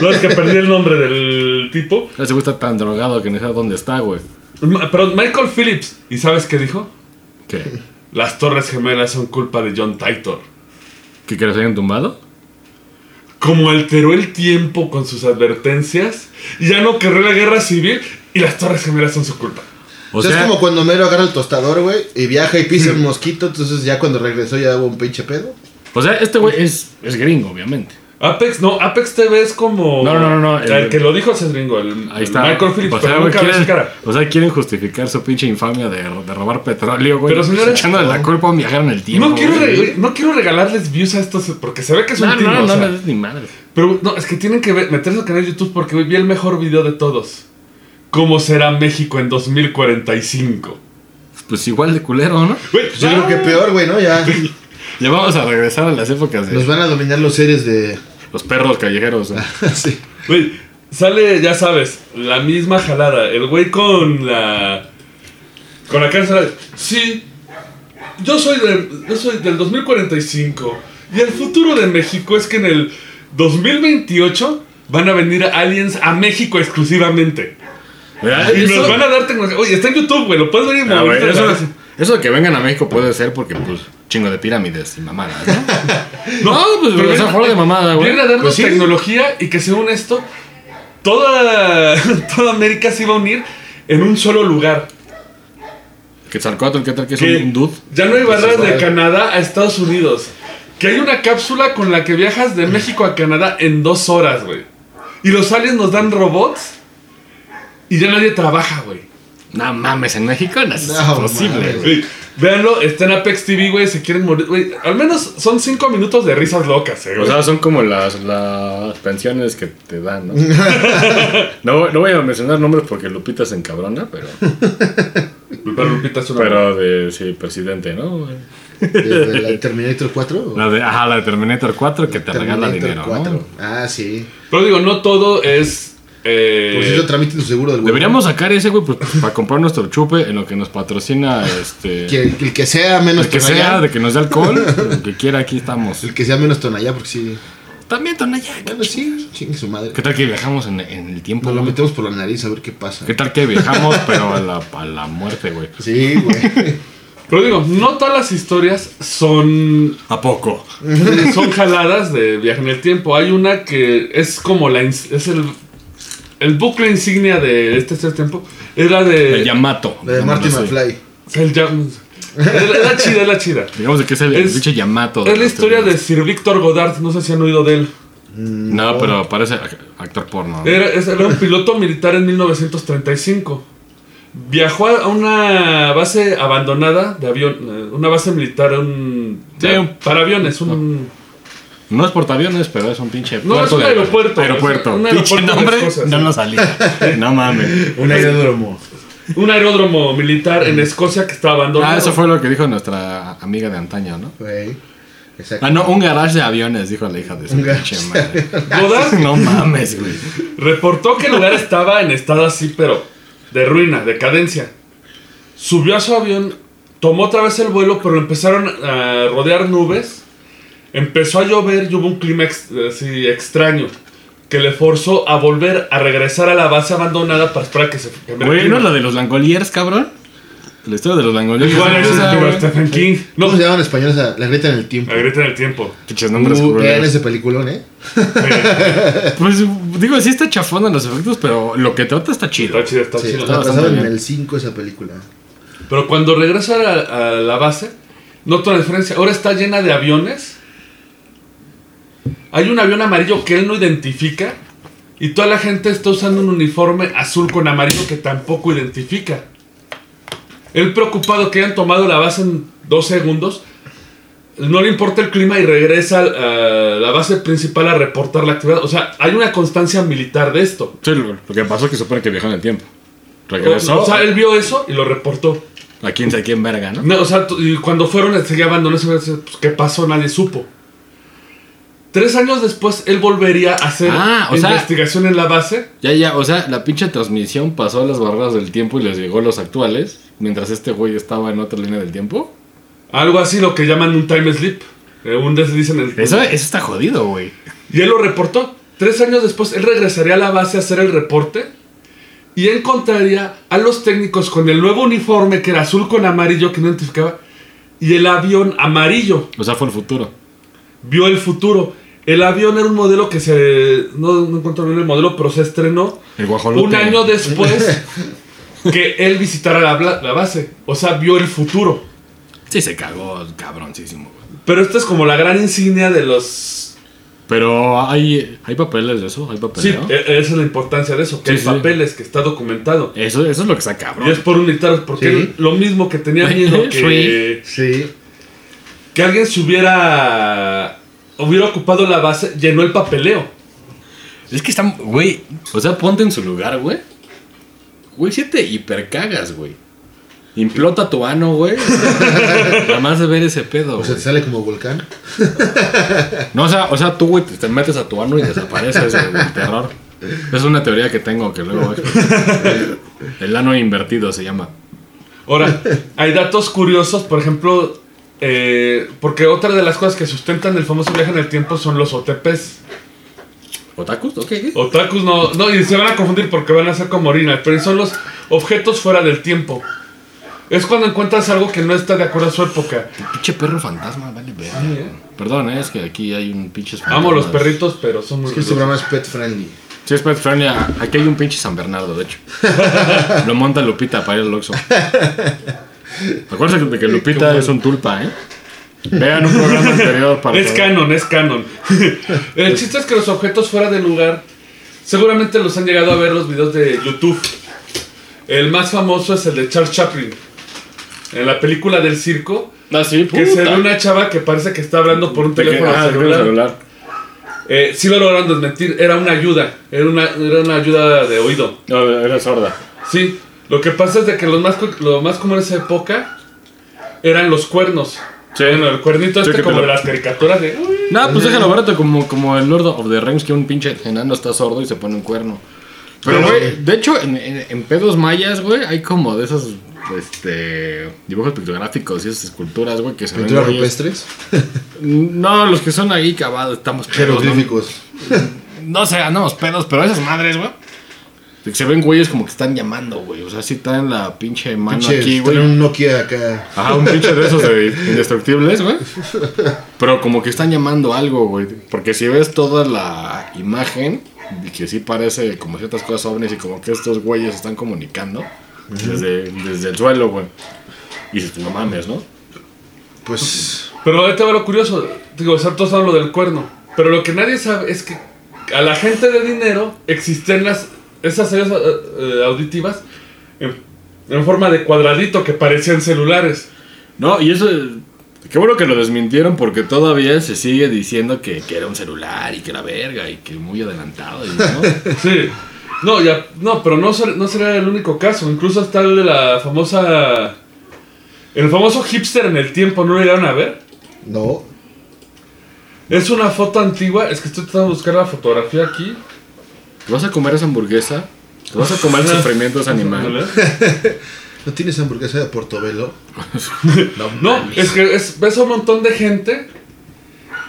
Speaker 2: no, es que perdí el nombre del tipo,
Speaker 3: Ese güey está Ah, tan drogado que no sabe dónde está, güey.
Speaker 2: Ma- pero Michael Phillips, ¿y sabes qué dijo?
Speaker 3: ¿Qué?
Speaker 2: Las Torres Gemelas son culpa de John Titor.
Speaker 3: ¿Qué que se hayan tumbado?
Speaker 2: Como alteró el tiempo con sus advertencias, ya no querré la guerra civil y las Torres Gemelas son su culpa.
Speaker 3: O
Speaker 4: O sea,
Speaker 3: sea,
Speaker 4: es como cuando Mero agarra el tostador, güey, y viaja y pisa un mosquito, entonces ya cuando regresó ya hubo un pinche pedo.
Speaker 3: o sea este güey es, es gringo, obviamente.
Speaker 2: Apex, no, Apex TV es como.
Speaker 3: No, no, no, no,
Speaker 2: El,
Speaker 3: el-
Speaker 2: que lo dijo se gringo, el,
Speaker 3: Ahí está. Pues,
Speaker 2: Michael Phillips,
Speaker 3: o sea,
Speaker 2: pero
Speaker 3: güey,
Speaker 2: nunca ve su
Speaker 3: quieren,
Speaker 2: cara.
Speaker 3: o sea, quieren justificar su pinche infamia de, de robar petróleo, güey.
Speaker 2: Pero, señores,
Speaker 3: echándole la culpa a un viajero en el tiempo.
Speaker 2: No quiero,
Speaker 3: güey.
Speaker 2: re- no quiero regalarles views a estos porque se ve que es un
Speaker 3: No,
Speaker 2: timo,
Speaker 3: no,
Speaker 2: o
Speaker 3: no,
Speaker 2: sea.
Speaker 3: no, es ni madre.
Speaker 2: Pero no, es que tienen que ver- meterse al canal de YouTube porque hoy vi el mejor video de todos. ¿Cómo será México en 2045?
Speaker 3: Pues igual de culero, ¿no?
Speaker 2: Güey,
Speaker 4: Pues yo creo que
Speaker 2: ah,
Speaker 4: peor, güey, ¿no? Ya
Speaker 3: Ya vamos a regresar a las épocas de
Speaker 4: nos Ah.
Speaker 3: los,
Speaker 4: van a dominar los seres de.
Speaker 3: perros callejeros. güey.
Speaker 4: sí.
Speaker 2: Güey, sale, ya sabes, la misma jalada. El güey con la. Con la cara de- Sí. Yo soy, de, yo soy del 2045. Y el futuro de México es que en el 2028 van a venir aliens a México exclusivamente.
Speaker 3: Mira,
Speaker 2: Y
Speaker 3: Ah, eso-
Speaker 2: nos van a dar tecnología. Oye, está en YouTube, güey. Lo puedes ver y
Speaker 3: Ah, güey,
Speaker 2: moverte la
Speaker 3: eso,
Speaker 2: cabeza.
Speaker 3: eso de que vengan a México puede ser porque, pues, chingo de pirámides y mamadas, ¿no? No, pues,
Speaker 2: pero
Speaker 3: o sea,
Speaker 2: viene-
Speaker 3: fuera de mamada, güey.
Speaker 2: Vienen a darnos
Speaker 4: Pues sí.
Speaker 2: tecnología y que según esto, toda, toda América se iba a unir en un solo lugar.
Speaker 3: Que Zarcoatl, ¿qué tal que es
Speaker 2: que
Speaker 3: un dude?
Speaker 2: Ya no hay barreras de
Speaker 4: vale.
Speaker 2: Canadá a Estados Unidos. Que hay una cápsula con la que viajas de México a Canadá en dos horas, güey. Y los aliens nos dan robots y ya nadie trabaja, güey.
Speaker 3: No mames, en México no es
Speaker 4: No
Speaker 3: posible,
Speaker 4: mames.
Speaker 3: güey.
Speaker 2: Güey, Véanlo, está en Apex TV, güey, se quieren morir. Güey, al menos son cinco minutos de risas locas, eh,
Speaker 3: O
Speaker 2: güey.
Speaker 3: sea, son como las, las pensiones que te dan, ¿no? ¿no? no voy a mencionar nombres porque Lupita se encabrona, pero,
Speaker 2: Pero Lupita es una-
Speaker 3: pero de sí, presidente, ¿no?
Speaker 4: Desde la Terminator 4.
Speaker 3: La de, ajá, la de Terminator 4 que te regala
Speaker 4: Terminator
Speaker 3: dinero, ¿no?
Speaker 4: Ah, sí.
Speaker 2: Pero digo, no todo es. eh,
Speaker 3: Pues
Speaker 4: Por si yo tramiten tu seguro del güey.
Speaker 3: Deberíamos sacar ese, güey, pues, para comprar nuestro chupe en lo que nos patrocina este.
Speaker 4: Que el, el que sea menos
Speaker 3: El que
Speaker 4: Tonayán.
Speaker 3: sea, de que nos dé alcohol, el que quiera, aquí estamos.
Speaker 4: El que sea menos Tonayá, porque sí.
Speaker 3: También Tonaya.
Speaker 4: Bueno, sí, chingue su madre.
Speaker 3: ¿Qué tal que viajamos en, en el tiempo?
Speaker 4: Nos lo
Speaker 3: güey?
Speaker 4: metemos por la nariz a ver qué pasa.
Speaker 3: ¿Qué tal que viajamos, pero a la, a la muerte, güey?
Speaker 4: Sí, güey.
Speaker 2: Pero digo, no todas las historias son
Speaker 3: ¿A poco?
Speaker 2: son jaladas de viaje en el tiempo. Hay una que es como la ins- es el el bucle insignia de este tercer tiempo es la de
Speaker 3: El Yamato.
Speaker 4: La de Eh, Marty
Speaker 3: llamándose.
Speaker 4: McFly.
Speaker 2: el Jam- es la chida, es la chida.
Speaker 3: Digamos que es el,
Speaker 2: Es-
Speaker 3: bicho Yamato.
Speaker 2: Es la
Speaker 3: los
Speaker 2: historia de
Speaker 3: teléfonos.
Speaker 2: Sir Víctor Godard, no sé si han oído de él.
Speaker 3: No, pero parece ac- actor porno. ¿no?
Speaker 2: Era, es- era un piloto militar en 1935. Viajó a una base abandonada de avión, eh, una base militar, un,
Speaker 3: Sí, un-
Speaker 2: para aviones, un
Speaker 3: No es portaaviones, pero es un pinche
Speaker 2: No, es un
Speaker 3: de-
Speaker 2: aeropuerto.
Speaker 3: Aeropuerto.
Speaker 2: Es un
Speaker 3: pinche
Speaker 2: aeropuerto de
Speaker 3: nombre,
Speaker 2: cosas,
Speaker 3: no
Speaker 2: sí.
Speaker 3: lo salía. No mames.
Speaker 4: Un aeródromo.
Speaker 2: un aeródromo militar en Escocia que estaba abandonado.
Speaker 3: Ah, eso fue lo que dijo nuestra amiga de antaño, ¿no?
Speaker 4: Güey. Exacto.
Speaker 3: Ah, no, un garage de aviones, dijo la hija de su
Speaker 4: Un
Speaker 3: pinche
Speaker 4: garage
Speaker 3: madre.
Speaker 2: Godard
Speaker 3: No mames, güey.
Speaker 2: Reportó que el lugar estaba en estado así, pero de ruina, decadencia. Subió a su avión, tomó otra vez el vuelo, pero empezaron a rodear nubes. Empezó a llover y hubo un clima ex- así extraño que le forzó a volver a regresar a la base abandonada para esperar a que se cambiara el
Speaker 3: Güey, ¿no
Speaker 2: clima.
Speaker 3: la de los langoliers, cabrón? La historia de los langoliers.
Speaker 2: Igual es
Speaker 3: Esa,
Speaker 2: el
Speaker 3: güey.
Speaker 2: Stephen King. No,
Speaker 4: ¿Cómo se llama en español esa? La grieta en el tiempo.
Speaker 2: la grieta en el tiempo.
Speaker 3: Pinches nombres
Speaker 4: Uh, vean
Speaker 3: culeros.
Speaker 4: ese peliculón, ¿eh?
Speaker 3: Pues digo, sí está chafón en los efectos, pero lo que trata está chido.
Speaker 2: Está chido, está
Speaker 4: Sí,
Speaker 2: chido.
Speaker 4: está
Speaker 3: bastante
Speaker 4: basado en
Speaker 3: bien.
Speaker 4: el 5 esa película.
Speaker 2: Pero cuando regresa a la, a la base, noto la diferencia. Ahora está llena de aviones. Hay un avión amarillo que él no identifica. Y toda la gente está usando un uniforme azul con amarillo que tampoco identifica. Él preocupado que hayan tomado la base en dos segundos. No le importa el clima y regresa a la base principal a reportar la actividad. O sea, hay una constancia militar de esto.
Speaker 3: Sí, lo, lo que pasó es que supone que viajó en el tiempo. Regresó
Speaker 2: O sea, él vio eso y lo reportó.
Speaker 3: a quién sabe quién verga, ¿no?
Speaker 2: No, o sea, tú- y cuando fueron, seguía abandonó ese pues, ¿qué pasó? Nadie supo. Tres años después, él volvería a hacer
Speaker 3: Ah, o sea-
Speaker 2: investigación en la base.
Speaker 3: Ya, ya, o sea, la pinche transmisión pasó las barreras del tiempo y les llegó a los actuales, mientras este güey estaba en otra línea del tiempo.
Speaker 2: Algo así, lo que llaman un time sleep. eh, un desliz en el...
Speaker 3: Eso, eso está jodido, güey.
Speaker 2: Y él lo reportó. Tres años después, él regresaría a la base a hacer el reporte. Y encontraría a los técnicos con el nuevo uniforme, que era azul con amarillo, que no identificaba. Y el avión amarillo.
Speaker 3: O sea, fue el futuro.
Speaker 2: vio el futuro. El avión era un modelo que se. No, no encuentro bien el modelo, pero se estrenó
Speaker 3: El guajolote.
Speaker 2: un año después que él visitara la, bla- la base. O sea, vio el futuro.
Speaker 3: Sí, se cagó, cabroncísimo, güey.
Speaker 2: Pero esta es como la gran insignia de los
Speaker 3: Pero hay, hay papeles de eso, hay papeles.
Speaker 2: Sí, e- esa es la importancia de eso, que
Speaker 3: Pues Sí,
Speaker 2: hay
Speaker 3: sí.
Speaker 2: papeles, que está documentado.
Speaker 3: Eso, eso es lo que está cabrón.
Speaker 2: Y es por unitarios, porque
Speaker 4: Sí.
Speaker 2: lo mismo que tenía miedo que,
Speaker 4: Sí.
Speaker 2: que alguien se hubiera, hubiera ocupado la base, llenó el papeleo.
Speaker 3: Es que están, güey. O sea, ponte en su lugar, güey. Güey, si te hipercagas, güey. Implota tu ano, güey. Nada más de ver ese pedo,
Speaker 4: O sea, te
Speaker 3: güey.
Speaker 4: sale como volcán.
Speaker 3: No, o sea, o sea, tú, güey, te te metes a tu ano y desapareces güey, del terror. Es una teoría que tengo que luego. güey. El ano invertido se llama.
Speaker 2: Ahora, hay datos curiosos, por ejemplo, eh, porque otra de las cosas que sustentan el famoso viaje en el tiempo son los OTPs.
Speaker 3: ¿Otakus? ¿O qué? qué?
Speaker 2: Otakus no, no, y se van a confundir porque van a ser como orina, pero son los objetos fuera del tiempo. Es cuando encuentras algo que no está de acuerdo a su época.
Speaker 3: Pinche perro fantasma, vale, verga.
Speaker 2: ¿eh?
Speaker 3: Perdón, eh, es que aquí hay un pinche.
Speaker 2: Amo los
Speaker 3: fantasmas.
Speaker 2: perritos, pero son muy
Speaker 4: Es que este
Speaker 2: ruidosos.
Speaker 4: programa es pet friendly.
Speaker 3: Sí, es pet friendly. Aquí hay un pinche San Bernardo, de hecho. Lo monta Lupita para ir al Oxxo. Acuérdate de que Lupita es un tulpa, ¿eh? Vean un programa anterior para...
Speaker 2: Es
Speaker 3: saber.
Speaker 2: canon, es canon. El chiste es que los objetos fuera de lugar, seguramente los han llegado a ver los videos de YouTube. El más famoso es el de Charles Chaplin. En la película del circo,
Speaker 3: Ah, sí,
Speaker 2: que se ve
Speaker 3: puta.
Speaker 2: una chava que parece que está hablando por un
Speaker 3: De que-
Speaker 2: teléfono
Speaker 3: ah, de que un
Speaker 2: celular. Eh, sí lo lograron desmentir, era una ayuda, era una, era una ayuda de oído.
Speaker 3: No, era sorda.
Speaker 2: Sí, lo que pasa es de que lo más, cu- lo más común en esa época eran los cuernos.
Speaker 3: Sí.
Speaker 2: Bueno, el cuernito
Speaker 3: Sí,
Speaker 2: este
Speaker 3: que
Speaker 2: como
Speaker 3: te
Speaker 2: de
Speaker 3: lo-
Speaker 2: las caricaturas de...
Speaker 3: No, pues déjalo barato como, como el Lord of the Rings, que un pinche enano está sordo y se pone un cuerno. Pero,
Speaker 4: Pero-
Speaker 3: güey, de hecho, en, en- en pedos mayas, güey, hay como de esos este, dibujos pictográficos y esas esculturas, güey, que se ven
Speaker 4: Pinturas
Speaker 3: güeyes-
Speaker 4: rupestres.
Speaker 3: No, los que son ahí cavados, estamos pedos, ¿no?
Speaker 4: Jeroglíficos.
Speaker 3: No sé, andamos pedos, pero esas madres, güey. de que Se ven güeyes como que están llamando, güey. O sea, sí traen la pinche mano
Speaker 4: Pinche,
Speaker 3: aquí,
Speaker 4: tener
Speaker 3: güey.
Speaker 4: un Nokia acá.
Speaker 3: Ajá, un pinche de esos de indestructibles, güey. Pero como que están llamando algo, güey. Porque si ves toda la imagen, y que sí parece como ciertas cosas ovnis y como que estos güeyes están comunicando desde, desde el suelo, güey. Y dices, no mames, ¿no?
Speaker 4: Pues.
Speaker 2: Pero ahorita va lo curioso, digo, o sea, todos hablan lo del cuerno, pero lo que nadie sabe es que a la gente de dinero existen las, esas sellas eh, eh, auditivas en, en forma de cuadradito que parecían celulares.
Speaker 3: No, y eso. Qué bueno que lo desmintieron porque todavía se sigue diciendo que, que era un celular y que la verga y que muy adelantado. y ¿no?
Speaker 2: Sí. No, ya, no, pero no, ser- no sería el único caso. Incluso hasta el de la famosa. El famoso hipster en el tiempo, ¿no lo llegaron a ver?
Speaker 4: No.
Speaker 2: Es una foto antigua, es que estoy tratando de buscar la fotografía aquí.
Speaker 3: ¿Te vas a comer esa hamburguesa? ¿Te vas a comer el sufrimiento de ese animal?
Speaker 4: ¿No tienes hamburguesa de Portobelo? no,
Speaker 2: No, es que es- ves a un montón de gente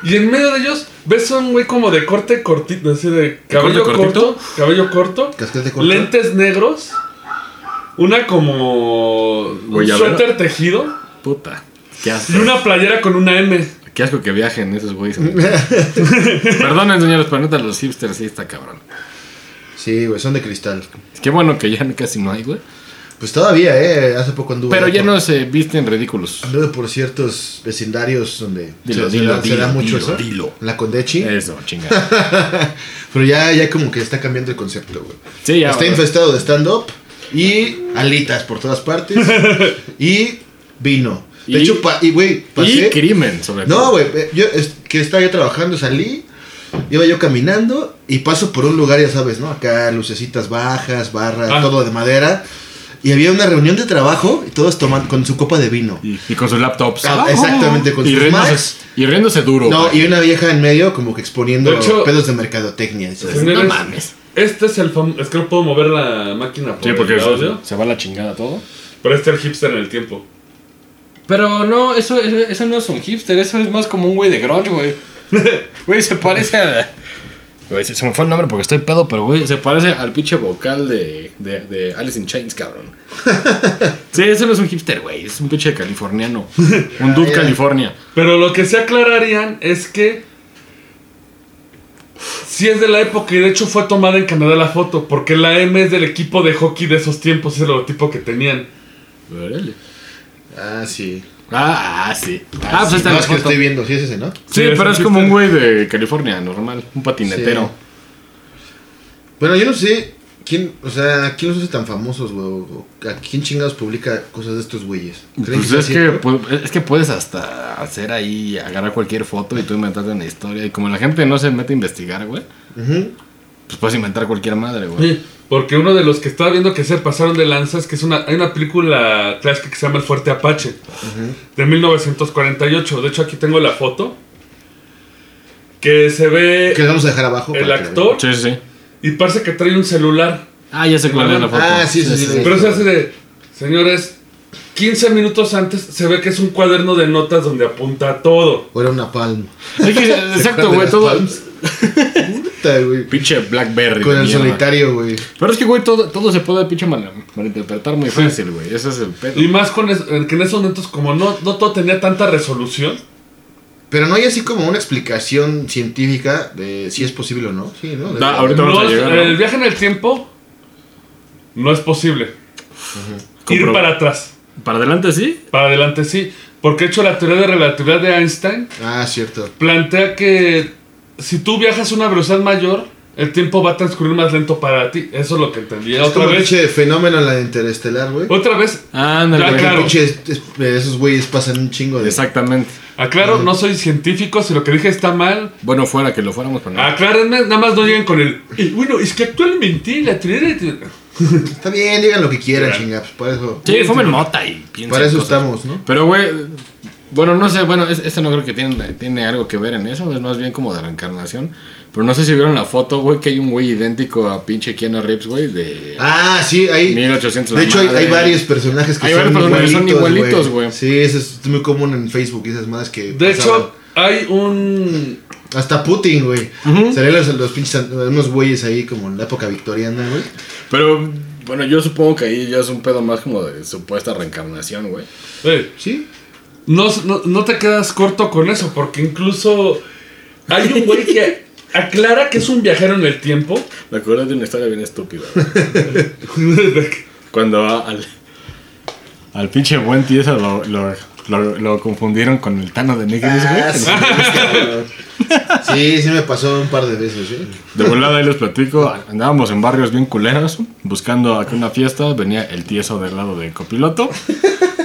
Speaker 2: y en medio de ellos ves a un güey como de corte cortito, así de cabello
Speaker 3: corte
Speaker 2: corto, cabello corto,
Speaker 4: Casquete corto.
Speaker 2: lentes negros, una como un
Speaker 3: Guayabera.
Speaker 2: suéter tejido
Speaker 3: Puta. Qué asco.
Speaker 2: y una playera con una M.
Speaker 3: Qué asco que viajen esos güeyes. Perdonen, señores, pero neta, los hipsters sí está cabrón.
Speaker 4: Sí, güey, son de cristal.
Speaker 3: Qué bueno que ya casi no hay, güey.
Speaker 4: Pues todavía, ¿eh? Hace poco anduve.
Speaker 3: Pero
Speaker 4: por-
Speaker 3: ya no se visten ridículos.
Speaker 4: Anduve por ciertos vecindarios donde
Speaker 3: Dilo,
Speaker 4: se, se
Speaker 3: dilo,
Speaker 4: da, se
Speaker 3: dilo,
Speaker 4: da mucho
Speaker 3: dilo,
Speaker 4: eso.
Speaker 3: dilo. Eh.
Speaker 4: La Condechi.
Speaker 3: Eso, chingada.
Speaker 4: Pero ya, ya como que está cambiando el concepto, güey.
Speaker 3: Sí, ya.
Speaker 4: Está infestado de stand-up y alitas por todas partes. y vino. De
Speaker 3: Y-
Speaker 4: hecho, pa- y güey,
Speaker 3: Y
Speaker 4: pasé.
Speaker 3: crimen, sobre todo.
Speaker 4: pues No, güey, eh, yo es- que estaba yo trabajando, salí, iba yo caminando y paso por un lugar, ya sabes, ¿no? Acá lucecitas bajas, barras,
Speaker 2: Ah.
Speaker 4: todo de madera. Y había una reunión de trabajo y todos toman con su copa de vino.
Speaker 3: Y, y con sus laptops.
Speaker 4: Ah, exactamente, con
Speaker 3: y
Speaker 4: sus
Speaker 3: riéndose-
Speaker 4: Macs.
Speaker 3: Y riéndose duro.
Speaker 4: No,
Speaker 3: güey.
Speaker 4: y una vieja en medio como que exponiendo
Speaker 2: De hecho-
Speaker 4: pedos de mercadotecnia. dices,
Speaker 2: Señores,
Speaker 3: mames.
Speaker 2: Este es el famoso. Es que no puedo mover la máquina por
Speaker 3: Sí, porque
Speaker 2: el
Speaker 3: se-
Speaker 2: audio.
Speaker 3: se va la chingada todo.
Speaker 2: Pero este es el hipster en el tiempo.
Speaker 3: Pero no, eso, eso, eso no es un hipster, eso es más como un güey de grunge, güey. Güey, se parece a... Güey, se, se me fue el nombre porque estoy pedo, pero güey, se parece al pinche vocal de, de, de Alice in Chains, cabrón. sí, eso no es un hipster, güey, es un pinche californiano. Un dude
Speaker 4: Ah, ya.
Speaker 3: California.
Speaker 2: Pero lo que se aclararían es que si es de la época y de hecho fue tomada en Canadá la foto, porque la M es del equipo de hockey de esos tiempos, es el logotipo que tenían.
Speaker 3: Órale.
Speaker 4: Ah, sí.
Speaker 3: Ah, ah, sí. Ah,
Speaker 4: Ah,
Speaker 3: pues ahí está
Speaker 4: no,
Speaker 3: la
Speaker 4: es que
Speaker 3: foto.
Speaker 4: estoy viendo, sí es ese, ¿no?
Speaker 3: Sí,
Speaker 2: Sí,
Speaker 3: pero
Speaker 2: es
Speaker 3: es
Speaker 2: un
Speaker 3: como un
Speaker 2: chiste.
Speaker 3: güey de California, normal. Un patinetero.
Speaker 4: Bueno, yo no sé quién, o sea, ¿a quién los hace tan famosos, güey? O ¿A quién chingados publica cosas de estos güeyes? ¿Creen
Speaker 3: Pues
Speaker 4: sea
Speaker 3: es que,
Speaker 4: cierto?
Speaker 3: pu- es que puedes hasta hacer ahí, agarrar cualquier foto y tú inventarte una historia. Y como la gente no se mete a investigar, güey,
Speaker 4: Ujú.
Speaker 3: pues puedes inventar cualquier madre, güey.
Speaker 2: Sí, Porque uno de los que estaba viendo que se pasaron de lanzas, que es una, hay una película clásica que se llama El Fuerte Apache, de 1948. De hecho, aquí tengo la foto, que se ve
Speaker 4: Que les vamos a dejar abajo.
Speaker 2: el
Speaker 4: para que la
Speaker 2: actor
Speaker 3: Sí, sí, sí.
Speaker 2: y parece que trae un celular.
Speaker 3: Ah, ya sé cuál es la foto.
Speaker 4: Ah, sí, sí, sí, sí.
Speaker 2: Pero se hace de, señores, 15 minutos antes se ve que es un cuaderno de notas donde apunta a todo.
Speaker 4: vean. O era una palma.
Speaker 3: Es que- exacto,
Speaker 4: de
Speaker 3: güey,
Speaker 4: las
Speaker 3: todo.
Speaker 4: palms. Puta, güey.
Speaker 3: Pinche Blackberry.
Speaker 4: Con
Speaker 3: de
Speaker 4: el
Speaker 3: mierda.
Speaker 4: solitario, güey.
Speaker 3: Pero es que, güey, todo, todo se puede pinche mal, malinterpretar muy fácil, güey. Ese es el pedo.
Speaker 2: Y más con es- que en esos momentos, como no, no todo tenía tanta resolución,
Speaker 4: Pero no hay así como una explicación científica de si es posible o no. Sí, ¿no? De-
Speaker 3: Da, ahorita
Speaker 2: no
Speaker 3: vamos a
Speaker 2: es-
Speaker 3: llegar. ¿no?
Speaker 2: el viaje en el tiempo no es posible. Ir
Speaker 3: Compro-
Speaker 2: para atrás.
Speaker 3: Para adelante, sí.
Speaker 2: Para adelante sí, porque de hecho la teoría de relatividad de Einstein
Speaker 4: Ah, cierto.
Speaker 2: plantea que si tú viajas a una velocidad mayor, el tiempo va a transcurrir más lento para ti. Eso es lo que entendí.
Speaker 4: Es
Speaker 2: Otra
Speaker 4: como
Speaker 2: vez,
Speaker 4: pinche fenómeno la de interestelar, güey.
Speaker 2: otra vez,
Speaker 3: Ándale,
Speaker 2: Ya,
Speaker 3: güey.
Speaker 2: claro.
Speaker 4: Pinche, es- es- esos güeyes pasan un chingo de...
Speaker 3: Exactamente.
Speaker 2: aclaro, no soy científico, si lo que dije está mal,
Speaker 3: Bueno, fuera que lo fuéramos
Speaker 2: Ah,
Speaker 3: para
Speaker 2: aclárenme, nada más no lleguen con el... "Eh, Bueno, es que actualmente la teoría de...
Speaker 4: Está bien, digan lo que quieran,
Speaker 2: Claro.
Speaker 4: chingados. Para eso,
Speaker 3: Sí, fumen mota y piensen
Speaker 4: para eso
Speaker 3: cosas.
Speaker 4: estamos, ¿no?
Speaker 3: Pero, güey, bueno, no sé, bueno, es- este no creo que tiene, tiene algo que ver en eso, es más bien como de reencarnación. Pero no sé si vieron la foto, güey, que hay un güey idéntico a pinche Keanu Reeves, güey, de
Speaker 4: Ah, sí, ahí.
Speaker 3: 1800.
Speaker 4: De
Speaker 3: la
Speaker 4: hecho, hay,
Speaker 3: madre.
Speaker 4: hay varios personajes que
Speaker 3: Hay
Speaker 4: son,
Speaker 3: varios personajes que son
Speaker 4: igualitos,
Speaker 3: igualitos, güey.
Speaker 4: Sí, eso es muy común en Facebook y esas madres que.
Speaker 2: De
Speaker 4: pasaban.
Speaker 2: hecho, hay un...
Speaker 4: Hasta Putin, güey. Salían los, los pinches. Unos güeyes ahí como en la época victoriana, güey.
Speaker 3: Pero, bueno, yo supongo que ahí ya es un pedo más como de supuesta reencarnación, güey.
Speaker 2: eh,
Speaker 4: Sí.
Speaker 2: no, no, no te quedas corto con eso, porque incluso hay un güey que aclara que es un viajero en el tiempo.
Speaker 3: Me acuerdo de una historia bien estúpida. güey. Cuando a- al, al pinche buen tiesa lo, lo, lo- lo confundieron con el Tano de Nigris, güey.
Speaker 4: Ah, sí, sí, sí me pasó un par de veces, ¿eh?
Speaker 3: De volada ahí les platico, andábamos en barrios bien culeros, buscando acá una fiesta, venía el tieso del lado del copiloto,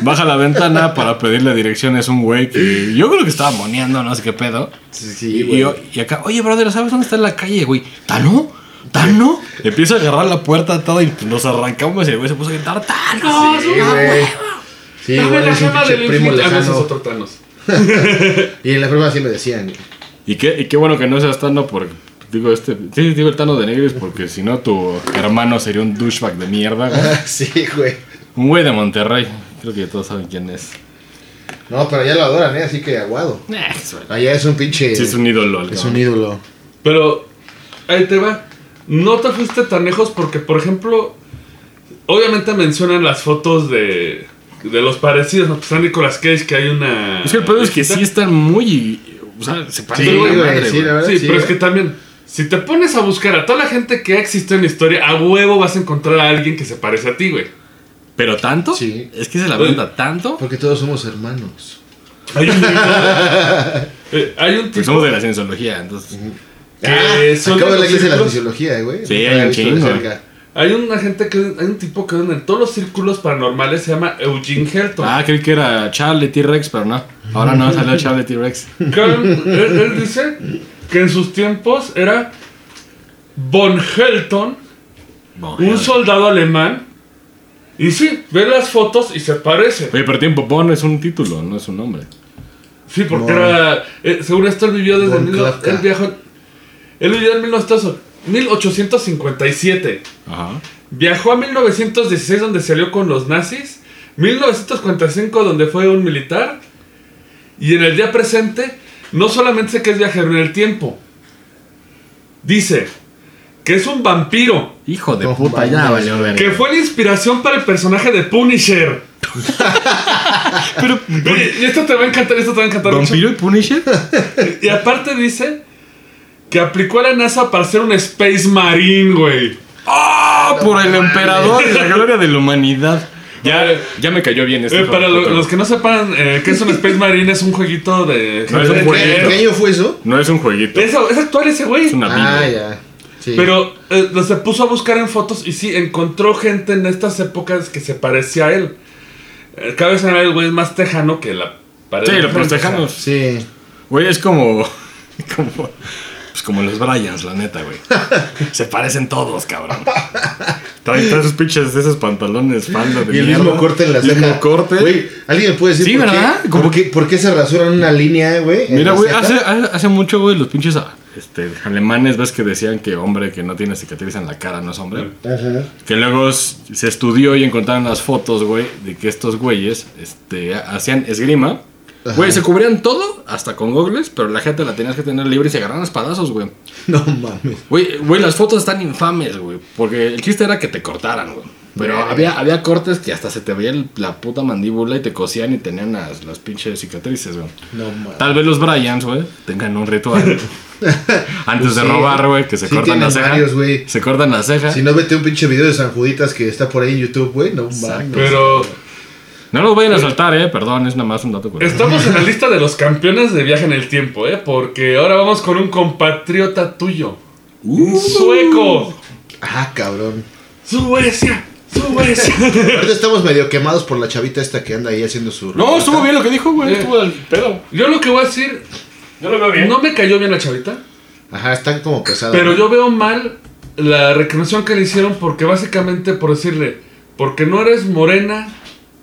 Speaker 3: baja la ventana para pedirle direcciones a un güey que yo creo que estaba moneando, no sé qué pedo.
Speaker 4: Sí,
Speaker 3: Y,
Speaker 4: sí, güey.
Speaker 3: yo- y acá, oye, brother, ¿sabes dónde está la calle, güey? ¿Tano? ¿Tano? Empieza a agarrar la puerta toda y nos arrancamos y el güey se puso a gritar,
Speaker 2: Ah,
Speaker 3: ¡Tano!
Speaker 4: Sí, güey. Sí,
Speaker 2: Dame
Speaker 4: igual
Speaker 2: la
Speaker 4: es un
Speaker 2: gema
Speaker 4: pinche
Speaker 2: Ah, del
Speaker 4: primo
Speaker 2: infinito. Ah, no, ese es
Speaker 4: lejano.
Speaker 2: otro Thanos.
Speaker 4: Y en la forma así me decían, güey.
Speaker 3: Y qué, y qué bueno que no seas Tano porque... Digo, este, sí, digo el Tano de Negris porque si no tu hermano sería un douchebag de mierda, güey.
Speaker 4: Ah, sí, güey.
Speaker 3: Un güey de Monterrey. Creo que ya todos saben quién es.
Speaker 4: No, pero allá lo adoran, ¿eh? Así que aguado.
Speaker 3: Eh, sí,
Speaker 4: Allá es un pinche.
Speaker 3: es un ídolo. el
Speaker 4: es
Speaker 3: cabrón.
Speaker 4: un ídolo.
Speaker 2: Pero ahí te va. No te fuiste tan lejos porque, por ejemplo, obviamente mencionan las fotos de, de los parecidos. ¿no? Pues está Nicolas Cage, que hay una.
Speaker 3: Es que el pedo es que sí están muy. O sea, se pasan
Speaker 4: Sí,
Speaker 3: de la
Speaker 4: güey,
Speaker 3: madre,
Speaker 4: sí, la
Speaker 3: güey.
Speaker 4: verdad.
Speaker 2: Sí, pero
Speaker 4: güey.
Speaker 2: es que también, si te pones a buscar a toda la gente que ha existido en la historia, a huevo vas a encontrar a alguien que se parece a ti, güey.
Speaker 3: Pero tanto.
Speaker 4: Sí. pues,
Speaker 3: Es que se la
Speaker 2: Pues,
Speaker 3: venda tanto.
Speaker 4: Porque todos somos hermanos.
Speaker 2: Hay un, Eh, hay un
Speaker 3: Pues
Speaker 2: tipo.
Speaker 3: somos de la cienciología, entonces.
Speaker 2: Que son
Speaker 4: acabo
Speaker 2: de los
Speaker 4: de Ah, la clase de la
Speaker 2: círculos.
Speaker 4: fisiología, eh, güey.
Speaker 3: Sí,
Speaker 4: Nunca
Speaker 3: hay
Speaker 4: la he
Speaker 3: un
Speaker 4: visto de
Speaker 3: chingo.
Speaker 4: cerca.
Speaker 2: Hay una gente que. Hay un tipo que anda en todos los círculos paranormales, se llama Eugene Helton.
Speaker 3: Ah, creí que era Charlie T-Rex, pero no. Ahora no salió Charlie T-Rex.
Speaker 2: Claro, él, él dice que en sus tiempos era Von Helton, un
Speaker 3: Oye,
Speaker 2: soldado alemán. Y sí, ve las fotos y se parece.
Speaker 3: pero tiempo, Bon es un título, no es un nombre.
Speaker 2: Sí, porque
Speaker 4: Von-
Speaker 2: era. eh, según esto, él vivió desde.
Speaker 4: Von
Speaker 2: mil-
Speaker 4: Klafka.
Speaker 2: él viajó. Él vivió en 1900 1857.
Speaker 3: Ajá.
Speaker 2: Viajó a 1916 donde salió con los nazis, 1945 donde fue un militar y en el día presente no solamente sé que es viajero en el tiempo, dice que es un vampiro,
Speaker 3: Hijo de
Speaker 4: No,
Speaker 3: puta, ya
Speaker 4: mames,
Speaker 3: valió verga.
Speaker 2: que fue la inspiración para el personaje de Punisher.
Speaker 3: Pero.
Speaker 2: Oye, y esto te va a encantar, esto te va a encantar. mucho.
Speaker 3: ¿Vampiro y Punisher?
Speaker 2: Y aparte dice que aplicó a la NASA para ser un Space Marine, güey.
Speaker 3: ¡Ah! por el emperador y la gloria de la humanidad. Ya, ya me cayó bien este.
Speaker 2: Eh,
Speaker 3: hijo
Speaker 2: para
Speaker 3: de
Speaker 2: lo-
Speaker 3: puta.
Speaker 2: los que no sepan eh, qué es un Space Marine, es un jueguito de...
Speaker 3: No, es un
Speaker 4: ¿En qué, en
Speaker 3: jueguito.
Speaker 4: qué año fue eso?
Speaker 3: No es un jueguito.
Speaker 2: Es, es actual ese güey.
Speaker 3: Es una
Speaker 4: Ah,
Speaker 3: biblia.
Speaker 4: ya. Sí.
Speaker 2: Pero eh, lo se puso a buscar en fotos y sí, encontró gente en estas épocas que se parecía a él. Eh, Cada vez era el güey más tejano que la pared.
Speaker 3: Sí,
Speaker 2: de
Speaker 3: lo
Speaker 2: frente,
Speaker 3: protejamos.
Speaker 4: Sí.
Speaker 3: Güey, es como. como pues como los Bryans, la neta, güey. Se parecen todos, cabrón. Traen todos esos pinches de esos pantalones, falda de
Speaker 4: Y el
Speaker 3: mierda.
Speaker 4: mismo corte en la
Speaker 3: El
Speaker 4: ceja.
Speaker 3: mismo corte.
Speaker 4: Güey, ¿alguien me puede decir
Speaker 3: Sí,
Speaker 4: por,
Speaker 3: ¿verdad?
Speaker 4: Qué,
Speaker 3: Como
Speaker 4: por, qué, por qué se rasuran una línea, güey? en
Speaker 3: Mira,
Speaker 4: la
Speaker 3: güey,
Speaker 4: ceja?
Speaker 3: hace, hace, hace mucho, güey, los pinches ah, este, alemanes, ves que decían que hombre que no tiene cicatriz en la cara no es hombre.
Speaker 4: Ajá.
Speaker 3: Que luego s- se estudió y encontraron las fotos, güey, de que estos güeyes este, ha- hacían esgrima. Güey, se cubrían todo, hasta con gogles, pero la gente la tenías que tener libre y se agarraban a espadazos, güey.
Speaker 4: No mames.
Speaker 3: Güey, güey, las fotos están infames, güey. Porque el chiste era que te cortaran, güey. Pero
Speaker 4: Verga.
Speaker 3: había, había cortes que hasta se te veía el- la puta mandíbula y te cosían y tenían las, las pinches cicatrices, güey.
Speaker 4: No mames.
Speaker 2: Ah.
Speaker 3: Tal vez los Bryans, güey, tengan un ritual. Antes de
Speaker 4: Sí.
Speaker 3: robar, güey, que se
Speaker 4: Sí
Speaker 3: cortan
Speaker 4: tienen
Speaker 3: la ceja.
Speaker 4: varios, güey.
Speaker 3: se cortan la ceja.
Speaker 4: Si no, vete un pinche video de San Juditas que está por ahí en YouTube, güey. No mames.
Speaker 2: Pero
Speaker 3: No los vayan a saltar, eh. Perdón, es nada más un dato curioso.
Speaker 2: estamos en la lista de los campeones de viaje en el tiempo, ¿eh? Porque ahora vamos con un compatriota tuyo. Un sueco.
Speaker 4: Ah, cabrón.
Speaker 2: Suecia. Suecia.
Speaker 4: Ahorita estamos medio quemados por la chavita esta que anda ahí haciendo su.
Speaker 3: No, estuvo bien lo que dijo, güey. Estuvo al pedo.
Speaker 2: Yo lo que voy a decir,
Speaker 3: Yo lo veo
Speaker 2: no me cayó bien la chavita.
Speaker 4: Ajá, están como pesadas.
Speaker 2: Pero yo veo mal la reclamación que le hicieron porque básicamente por decirle, porque no eres morena,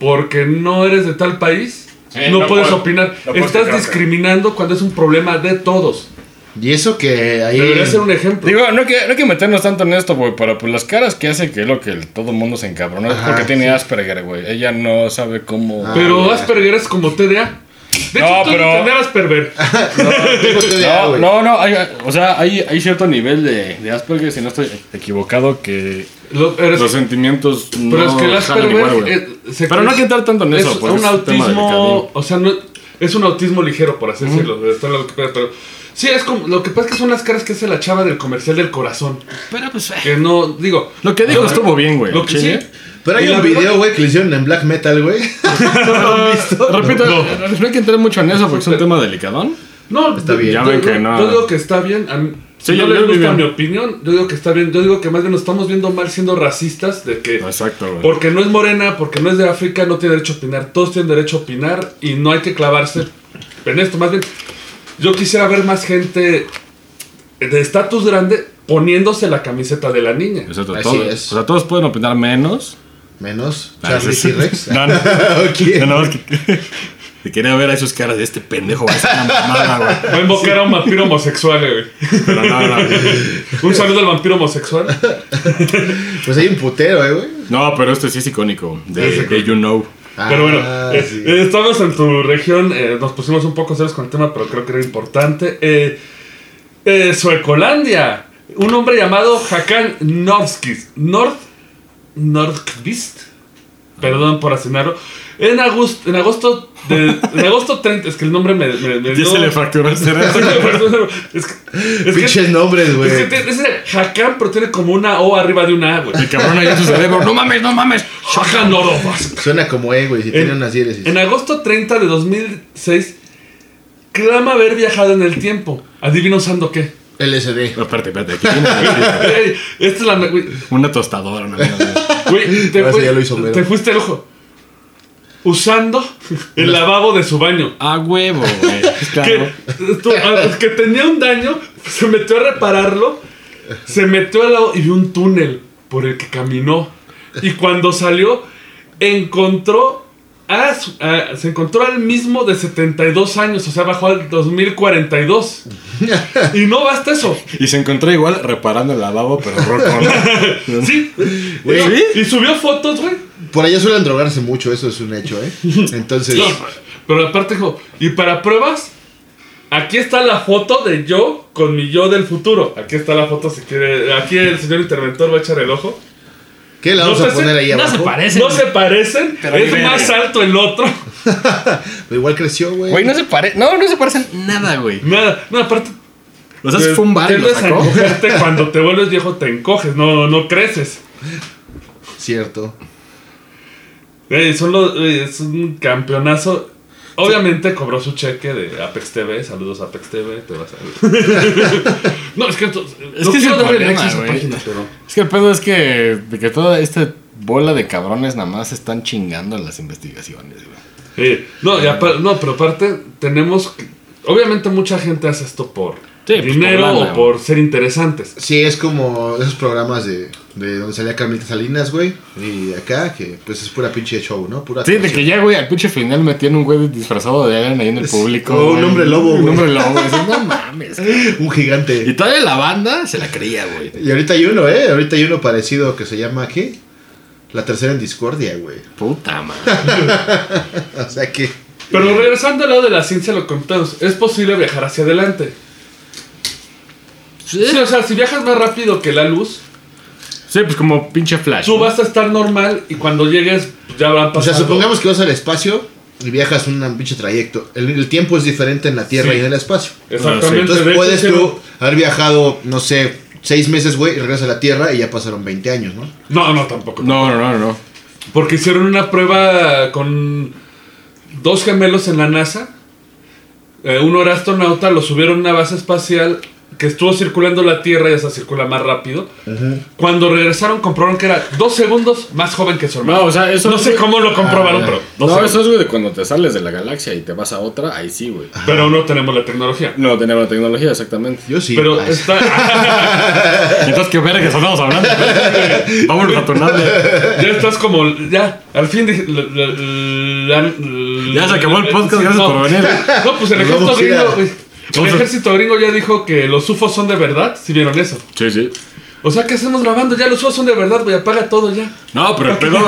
Speaker 2: porque no eres de tal país,
Speaker 3: Sí,
Speaker 2: no,
Speaker 3: no
Speaker 2: puedes
Speaker 3: puedo-
Speaker 2: opinar.
Speaker 3: no puedes
Speaker 2: Estás
Speaker 3: quejarte.
Speaker 2: discriminando cuando es un problema de todos.
Speaker 4: Y eso que ahí.
Speaker 2: Debería ser un ejemplo.
Speaker 3: Digo, no hay, que, no hay que meternos tanto en esto, güey, pero pues las caras que hace que es lo que el- todo mundo se encabronó es
Speaker 4: Ajá,
Speaker 3: porque tiene Asperger, güey. Ella no sabe cómo...
Speaker 4: Ah.
Speaker 2: pero
Speaker 4: ya.
Speaker 2: Asperger es como TDA. De
Speaker 3: No,
Speaker 2: hecho, tú
Speaker 3: pero-
Speaker 2: tener Asperger.
Speaker 4: Tengo TDA,
Speaker 3: No,
Speaker 4: güey.
Speaker 3: no, no, hay- o sea, hay, hay cierto nivel de, de Asperger, si no estoy equivocado, que
Speaker 2: Lo- eres-
Speaker 3: los sentimientos no
Speaker 2: pero es que el
Speaker 3: jalan
Speaker 2: Asperger
Speaker 3: igual, güey.
Speaker 2: eh, se-
Speaker 3: Pero no hay que entrar tanto en
Speaker 2: es
Speaker 3: eso, pues,
Speaker 2: un
Speaker 3: es tema de cada
Speaker 2: autismo,
Speaker 3: quien.
Speaker 2: o sea, no, es un autismo ligero, por así decirlo. está en la Wikipedia, pero sí, es como, lo que pasa es que son las caras que hace la chava del comercial del corazón.
Speaker 3: Pero pues... eh,
Speaker 2: Que no, digo.
Speaker 3: Lo que dijo
Speaker 2: Ajá.
Speaker 3: estuvo bien, güey.
Speaker 2: Lo que sí.
Speaker 3: Chile.
Speaker 4: Pero hay
Speaker 2: Y la
Speaker 4: un
Speaker 2: verdad-
Speaker 4: video, güey, que le hicieron en black metal, güey.
Speaker 3: Repito, no, hay que entrar mucho en eso porque es un tema delicadón.
Speaker 2: No, está
Speaker 4: bien.
Speaker 3: Ya ven que no.
Speaker 2: Yo digo que está bien. A mí,
Speaker 3: Sí,
Speaker 2: no
Speaker 3: yo-
Speaker 2: les
Speaker 3: yo
Speaker 2: gusta
Speaker 3: bien.
Speaker 2: mi opinión. Yo digo que está bien. Yo digo que más bien nos estamos viendo mal siendo racistas de que.
Speaker 3: Exacto, güey.
Speaker 2: Porque no es morena, porque no es de África, no tiene derecho a opinar. Todos tienen derecho a opinar y no hay que clavarse en esto. Más bien, yo quisiera ver más gente de estatus grande poniéndose la camiseta de la niña.
Speaker 3: Exacto,
Speaker 4: Así
Speaker 3: todos-
Speaker 4: es.
Speaker 3: O sea, todos pueden opinar menos.
Speaker 4: Menos
Speaker 3: Nah,
Speaker 4: Charlie
Speaker 3: Ah, sí, sí.
Speaker 4: T-Rex.
Speaker 3: No, no.
Speaker 4: Ok.
Speaker 3: Yo nada más que- Te quería ver a esos caras de este pendejo, va a ser una mamada, güey.
Speaker 2: Va a invocar a un vampiro homosexual, eh, güey.
Speaker 3: Pero no, no, güey.
Speaker 2: Un saludo al vampiro homosexual.
Speaker 4: Pues hay un putero, eh, güey.
Speaker 3: No, pero este sí es icónico.
Speaker 2: Es
Speaker 3: De,
Speaker 2: icónico.
Speaker 3: de You Know.
Speaker 2: Pero bueno,
Speaker 4: Ah,
Speaker 2: eh,
Speaker 4: sí.
Speaker 2: eh, estamos en tu región, eh, nos pusimos un poco serios con el tema, pero creo que era importante. Eh, eh, Suecolandia, un hombre llamado Hakan Norskis, Nord, Nordqvist, perdón por asesinarlo, en agosto, en agosto, de- en agosto 30, es que el nombre me... me, me
Speaker 3: Ya
Speaker 2: dio-
Speaker 3: se le fracturó el cerebro.
Speaker 2: es que, es que-
Speaker 4: Pinches nombres,
Speaker 2: es que
Speaker 4: güey.
Speaker 2: tiene- es Hakan, pero tiene como una O arriba de una A, güey.
Speaker 3: El cabrón allá en su cerebro. No mames, no mames.
Speaker 2: Hakan Nordqvist.
Speaker 4: Suena como E, güey, si tiene unas diéresis.
Speaker 2: En agosto 30 de 2006, clama haber viajado en el tiempo. Adivina usando qué.
Speaker 4: LSD.
Speaker 3: No, espérate, espérate. Aquí tiene
Speaker 2: Ey, Esta es la. me- Güey,
Speaker 3: una tostadora, una mierda.
Speaker 2: güey, te,
Speaker 4: Ahora sí
Speaker 2: fui-
Speaker 4: ya lo hizo Homero.
Speaker 2: te fuiste el ojo. Usando el lavabo de su baño.
Speaker 3: A huevo, güey.
Speaker 2: Que,
Speaker 3: Claro.
Speaker 2: tú- ah, que tenía un daño, se metió a repararlo, se metió al lado y vio un túnel por el que caminó. Y cuando salió, encontró. a su- a- se encontró al mismo de 72 años, o sea, bajó al 2042. Y no basta eso.
Speaker 3: Y se encontró igual reparando el lavabo, pero rojo.
Speaker 2: Sí.
Speaker 4: Güey.
Speaker 2: ¿Sí? Y subió fotos, güey.
Speaker 4: Por allá suelen drogarse mucho, eso es un hecho, eh. Entonces.
Speaker 2: No, pero aparte dijo, y para pruebas, aquí está la foto de yo con mi yo del futuro. Aquí está la foto si quiere. Aquí el señor interventor va a echar el ojo.
Speaker 4: ¿Qué le
Speaker 2: No
Speaker 4: vamos
Speaker 2: se
Speaker 4: a poner
Speaker 2: hace-
Speaker 4: ahí
Speaker 3: no
Speaker 4: abajo?
Speaker 3: se parece. Parecen-
Speaker 2: no se parecen,
Speaker 3: Pero
Speaker 2: es
Speaker 3: ni
Speaker 2: más
Speaker 3: verga.
Speaker 2: alto el otro.
Speaker 4: Pero igual creció, güey.
Speaker 3: Güey, no se parece. No, no se parecen nada, güey.
Speaker 2: Nada, no, aparte.
Speaker 3: O sea, se fue un bar y lo
Speaker 2: tiendes a
Speaker 3: sacó.
Speaker 2: encogerte cuando te vuelves viejo te encoges, no, no creces.
Speaker 4: Cierto.
Speaker 2: Güey, son los- güey, Eh, es un campeonazo. Obviamente cobró su cheque de Apex TV. Saludos Apex TV, te vas a... no, es que... esto-
Speaker 3: Es
Speaker 2: no
Speaker 3: que es
Speaker 2: quiero
Speaker 3: el
Speaker 2: darle
Speaker 3: problema,
Speaker 2: likes a esa
Speaker 3: güey.
Speaker 2: página, pero...
Speaker 3: Es que el pedo es que, de que toda esta bola de cabrones nada más están chingando las investigaciones, güey.
Speaker 2: Sí, eh, no, y apar- no, pero aparte tenemos... que- Obviamente mucha gente hace esto por
Speaker 3: Sí, pues,
Speaker 2: dinero
Speaker 3: por lana,
Speaker 2: o por ser interesantes.
Speaker 4: Sí, es como esos programas de, de donde salía Carmelita Salinas, güey. Y acá, que pues es pura pinche show, ¿no? Pura
Speaker 3: Sí, de que ya, güey, al pinche final metían un güey disfrazado de Alien ahí en el
Speaker 4: Es
Speaker 3: público.
Speaker 4: como un
Speaker 3: güey.
Speaker 4: hombre lobo,
Speaker 3: Un
Speaker 4: güey.
Speaker 3: hombre lobo. dices, no mames.
Speaker 4: Un
Speaker 3: Y
Speaker 4: gigante.
Speaker 3: todavía la banda se la creía, güey.
Speaker 4: Y ahorita hay uno, ¿eh? Ahorita hay uno parecido que se llama, ¿qué? La tercera en discordia, güey.
Speaker 3: Puta madre.
Speaker 4: O sea que...
Speaker 2: Pero regresando al lado de la ciencia, lo comentamos. Es posible viajar hacia adelante. Sí, o sea, si viajas más rápido que la luz,
Speaker 3: Sí, pues como pinche flash.
Speaker 2: tú
Speaker 3: ¿no?
Speaker 2: vas a estar normal y cuando llegues pues, ya habrán
Speaker 4: O
Speaker 2: pasado.
Speaker 4: sea, supongamos que vas al espacio y viajas un pinche trayecto. El, el tiempo es diferente en la Tierra
Speaker 2: Sí.
Speaker 4: y en el espacio.
Speaker 2: Exactamente.
Speaker 4: Entonces
Speaker 2: de hecho,
Speaker 4: puedes
Speaker 2: hicieron-
Speaker 4: tú haber viajado, no sé, seis meses, güey, y regresas a la Tierra y ya pasaron 20 años, ¿no?
Speaker 2: No, no, tampoco.
Speaker 3: No, no, no, no.
Speaker 2: Porque hicieron una prueba con dos gemelos en la NASA. Eh, uno era astronauta, lo subieron a una base espacial que estuvo circulando la Tierra y esa circula más rápido. Cuando regresaron comprobaron que era dos segundos más joven que su hermano.
Speaker 3: No, o sea, eso.
Speaker 2: No sé cómo lo comprobaron,
Speaker 3: Ah,
Speaker 2: pero...
Speaker 3: No,
Speaker 2: dos
Speaker 3: eso
Speaker 2: segundos.
Speaker 3: es, güey, de cuando te sales de la galaxia y te vas a otra, ahí sí, güey.
Speaker 2: Pero no tenemos la tecnología.
Speaker 3: No tenemos la tecnología, exactamente.
Speaker 4: Yo sí.
Speaker 2: Pero
Speaker 4: Ay,
Speaker 2: está,
Speaker 3: Entonces, qué verga estamos hablando. Vamos a tornarle.
Speaker 2: ya estás como. Ya, al fin. dije- la- la- la- la-
Speaker 3: Ya se acabó el podcast,
Speaker 2: Sí,
Speaker 3: gracias
Speaker 2: no.
Speaker 3: por venir.
Speaker 2: No, pues el
Speaker 4: Nos
Speaker 2: ejército
Speaker 4: vamos a ir a-
Speaker 2: gringo. güey. El
Speaker 3: Vamos a-
Speaker 2: ejército gringo ya dijo que los UFOs son de verdad. Si vieron eso.
Speaker 3: Sí, sí.
Speaker 2: O sea, ¿qué hacemos grabando? Ya los UFOs son de verdad, güey. Apaga todo ya.
Speaker 3: No, pero el pedo.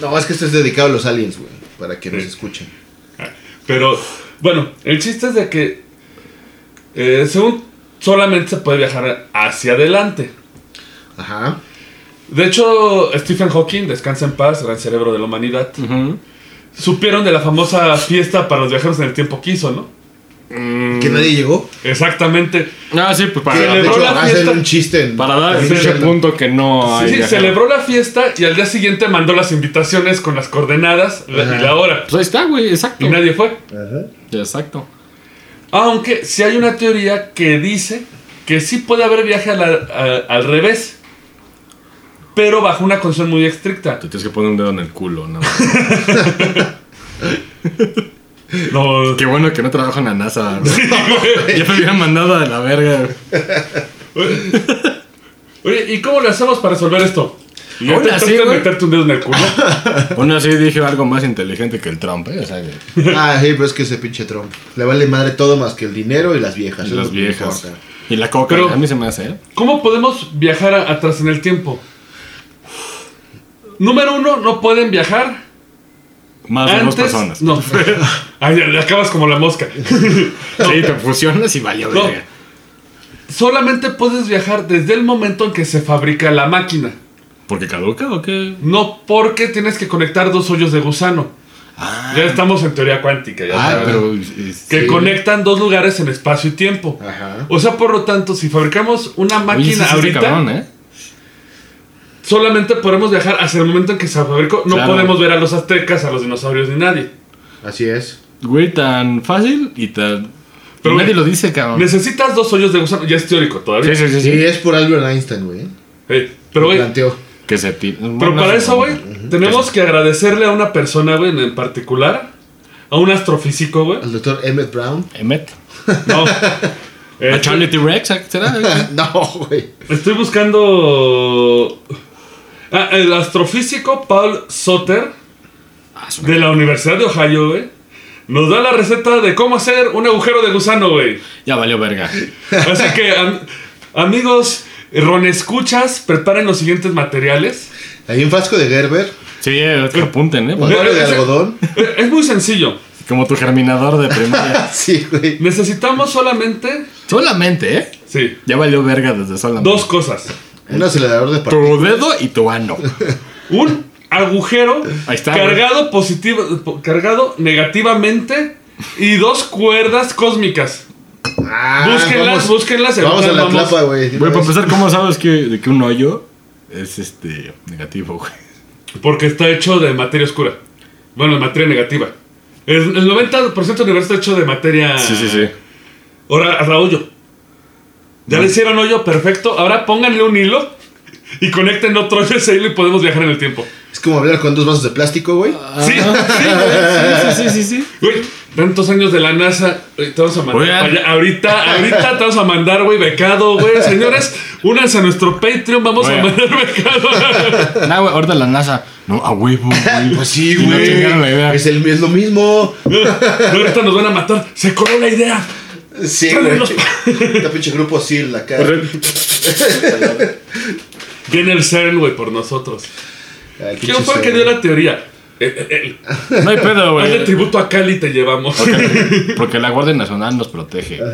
Speaker 4: No, es que esto es dedicado a los aliens, güey, para que nos escuchen.
Speaker 2: Pero, bueno, el chiste es de que. eh, según. Solamente se puede viajar hacia adelante.
Speaker 4: Ajá.
Speaker 2: De hecho, Stephen Hawking, descansa en paz, gran cerebro de la humanidad.
Speaker 3: Ujú.
Speaker 2: Supieron de la famosa fiesta para los viajeros en el tiempo que hizo, ¿no?
Speaker 4: Que nadie llegó.
Speaker 2: Exactamente.
Speaker 3: No, sí, pues
Speaker 4: Que,
Speaker 3: para,
Speaker 4: de
Speaker 2: Celebró
Speaker 4: hecho,
Speaker 2: la
Speaker 4: hacen
Speaker 2: fiesta.
Speaker 4: un chiste en-
Speaker 3: para dar
Speaker 4: en
Speaker 3: el pinche
Speaker 4: Zelda.
Speaker 3: punto que no hay.
Speaker 2: Sí, sí,
Speaker 3: ajá.
Speaker 2: celebró la fiesta y al día siguiente mandó las invitaciones con las coordenadas la-
Speaker 4: Ajá.
Speaker 2: y la hora.
Speaker 3: Pues ahí está, güey, exacto.
Speaker 2: Y nadie fue.
Speaker 3: Exacto.
Speaker 2: Aunque sí hay una teoría que dice que sí puede haber viaje a la- a- al revés, pero bajo una condición muy estricta.
Speaker 3: Te tienes que poner un dedo en el culo, ¿no?
Speaker 2: No,
Speaker 3: Qué bueno que no trabajo en la NASA. güey. ya me hubieran mandado a la verga.
Speaker 2: Oye, ¿y cómo le hacemos para resolver esto? Y ya
Speaker 3: Aún
Speaker 2: te-
Speaker 3: así,
Speaker 2: trataste de
Speaker 3: güey.
Speaker 2: meterte un dedo en el culo.
Speaker 3: Aún así dije algo más inteligente que el Trump, ¿eh? O sea, que-
Speaker 4: Ah, sí, pero es que ese pinche Trump. Le vale madre todo más que el dinero y las viejas.
Speaker 3: y
Speaker 4: es lo
Speaker 3: las
Speaker 4: que
Speaker 3: viejas.
Speaker 4: importa.
Speaker 3: Y la coca,
Speaker 2: Pero-
Speaker 3: a mí se me hace, ¿eh?
Speaker 2: ¿Cómo podemos viajar a- atrás en el tiempo? Número uno, no pueden viajar
Speaker 3: Más de
Speaker 2: antes.
Speaker 3: dos personas.
Speaker 2: No. Ay, le acabas como la mosca.
Speaker 3: Sí, te fusionas y valió
Speaker 2: No.
Speaker 3: verga.
Speaker 2: Solamente puedes viajar desde el momento en que se fabrica la máquina.
Speaker 3: ¿Porque caduca o qué?
Speaker 2: No porque tienes que conectar dos hoyos de gusano.
Speaker 3: Ah,
Speaker 2: Ya estamos en teoría cuántica. ya
Speaker 3: ah,
Speaker 2: sabes.
Speaker 3: pero. es-
Speaker 2: Que
Speaker 4: sí.
Speaker 2: conectan dos lugares en espacio y tiempo.
Speaker 4: Ajá.
Speaker 2: O sea, por lo tanto, si fabricamos una
Speaker 3: Oye, sí, sí,
Speaker 2: máquina
Speaker 3: sí,
Speaker 2: ahorita,
Speaker 3: cabrón, ¿eh?
Speaker 2: solamente podemos viajar hasta el momento en que se fabricó. No
Speaker 3: Claro.
Speaker 2: podemos ver a los aztecas, a los dinosaurios ni nadie.
Speaker 4: Así es.
Speaker 3: Güey, tan fácil y tan.
Speaker 2: Pero,
Speaker 3: Pero nadie
Speaker 2: güey,
Speaker 3: lo dice, cabrón.
Speaker 2: Necesitas dos hoyos de gusano. Ya es teórico todavía.
Speaker 3: Sí, sí, sí,
Speaker 4: Sí,
Speaker 3: sí.
Speaker 4: es por Albert Einstein, güey.
Speaker 2: Eh, pero,
Speaker 4: Lo
Speaker 2: güey,
Speaker 4: planteó.
Speaker 3: Que se tira.
Speaker 2: Pero para eso, güey, tenemos que agradecerle a una persona, güey, en- en particular. A un astrofísico, güey.
Speaker 4: Al doctor Emmett Brown.
Speaker 3: Emmet.
Speaker 2: No. Eh,
Speaker 3: A Charlie T-Rex, ¿será?
Speaker 4: no, güey.
Speaker 2: Estoy buscando... Ah, el astrofísico Paul Soter,
Speaker 3: Ah, es una-
Speaker 2: de la Universidad de Ohio, güey. Nos da la receta de cómo hacer un agujero de gusano, güey.
Speaker 3: Ya valió verga.
Speaker 2: Así que, am- amigos, Ron escuchas, preparen los siguientes materiales.
Speaker 4: Hay un frasco de Gerber,
Speaker 3: Sí, eh, que apunten, ¿eh?
Speaker 4: un
Speaker 3: Para-
Speaker 4: barro de
Speaker 2: Ese-
Speaker 4: algodón.
Speaker 2: Eh, Es muy sencillo.
Speaker 3: Como tu germinador de primaria.
Speaker 4: Sí, güey.
Speaker 2: Necesitamos solamente...
Speaker 3: solamente, ¿eh?
Speaker 2: Sí,
Speaker 3: Ya valió verga desde solamente.
Speaker 2: dos cosas.
Speaker 4: Un acelerador de partículas.
Speaker 3: Tu dedo y tu ano.
Speaker 2: Un agujero
Speaker 3: Ahí está,
Speaker 2: cargado positivo, po- cargado negativamente y dos cuerdas cósmicas.
Speaker 4: Ah,
Speaker 2: búsquenlas, búsquenlas. y
Speaker 4: Vamos a
Speaker 2: ahorita
Speaker 4: la
Speaker 2: vamos.
Speaker 4: clapa, güey. de
Speaker 3: Güey,
Speaker 4: una
Speaker 3: para
Speaker 4: vez.
Speaker 3: empezar, ¿cómo sabes que, de que un hoyo es este negativo, güey?
Speaker 2: Porque está hecho de materia oscura. Bueno, de materia negativa. El, el 90% del universo está hecho de materia.
Speaker 3: Sí, sí, sí.
Speaker 2: Ahora, ahora hoyo. Ya le hicieron hoyo, perfecto. Ahora pónganle un hilo y conecten otro hoyo a ese hilo y podemos viajar en el tiempo.
Speaker 4: Es como hablar con dos vasos de plástico, güey.
Speaker 2: Sí, sí,
Speaker 3: Sí, sí, sí, sí.
Speaker 2: Güey, tantos años de la NASA. güey, Te vamos a mandar.
Speaker 3: Oigan.
Speaker 2: para allá. ahorita, ahorita te vamos a mandar, güey, becado, güey. Señores, únanse a nuestro Patreon. Vamos a
Speaker 3: Oigan.
Speaker 2: mandar becado.
Speaker 3: Nah, güey, ahorita la NASA. No, a huevo, güey.
Speaker 4: Pues sí,
Speaker 3: Y no
Speaker 4: güey.
Speaker 3: chingaron la idea.
Speaker 4: es, el- es lo mismo.
Speaker 2: ahorita nos van a matar. Se coló la idea.
Speaker 4: Sí,
Speaker 2: Salen
Speaker 4: güey.
Speaker 2: los-
Speaker 4: Este pinche grupo sí, la cara.
Speaker 2: Viene el CERN, güey, por nosotros.
Speaker 4: Ay,
Speaker 2: ¿Quién
Speaker 4: pinche
Speaker 2: fue el que
Speaker 4: ser.
Speaker 2: dio la teoría? Eh, eh, él.
Speaker 3: No hay pedo,
Speaker 2: Hazle
Speaker 3: güey.
Speaker 2: tributo a Cali y te llevamos.
Speaker 3: Porque la Guardia Nacional nos protege.
Speaker 4: A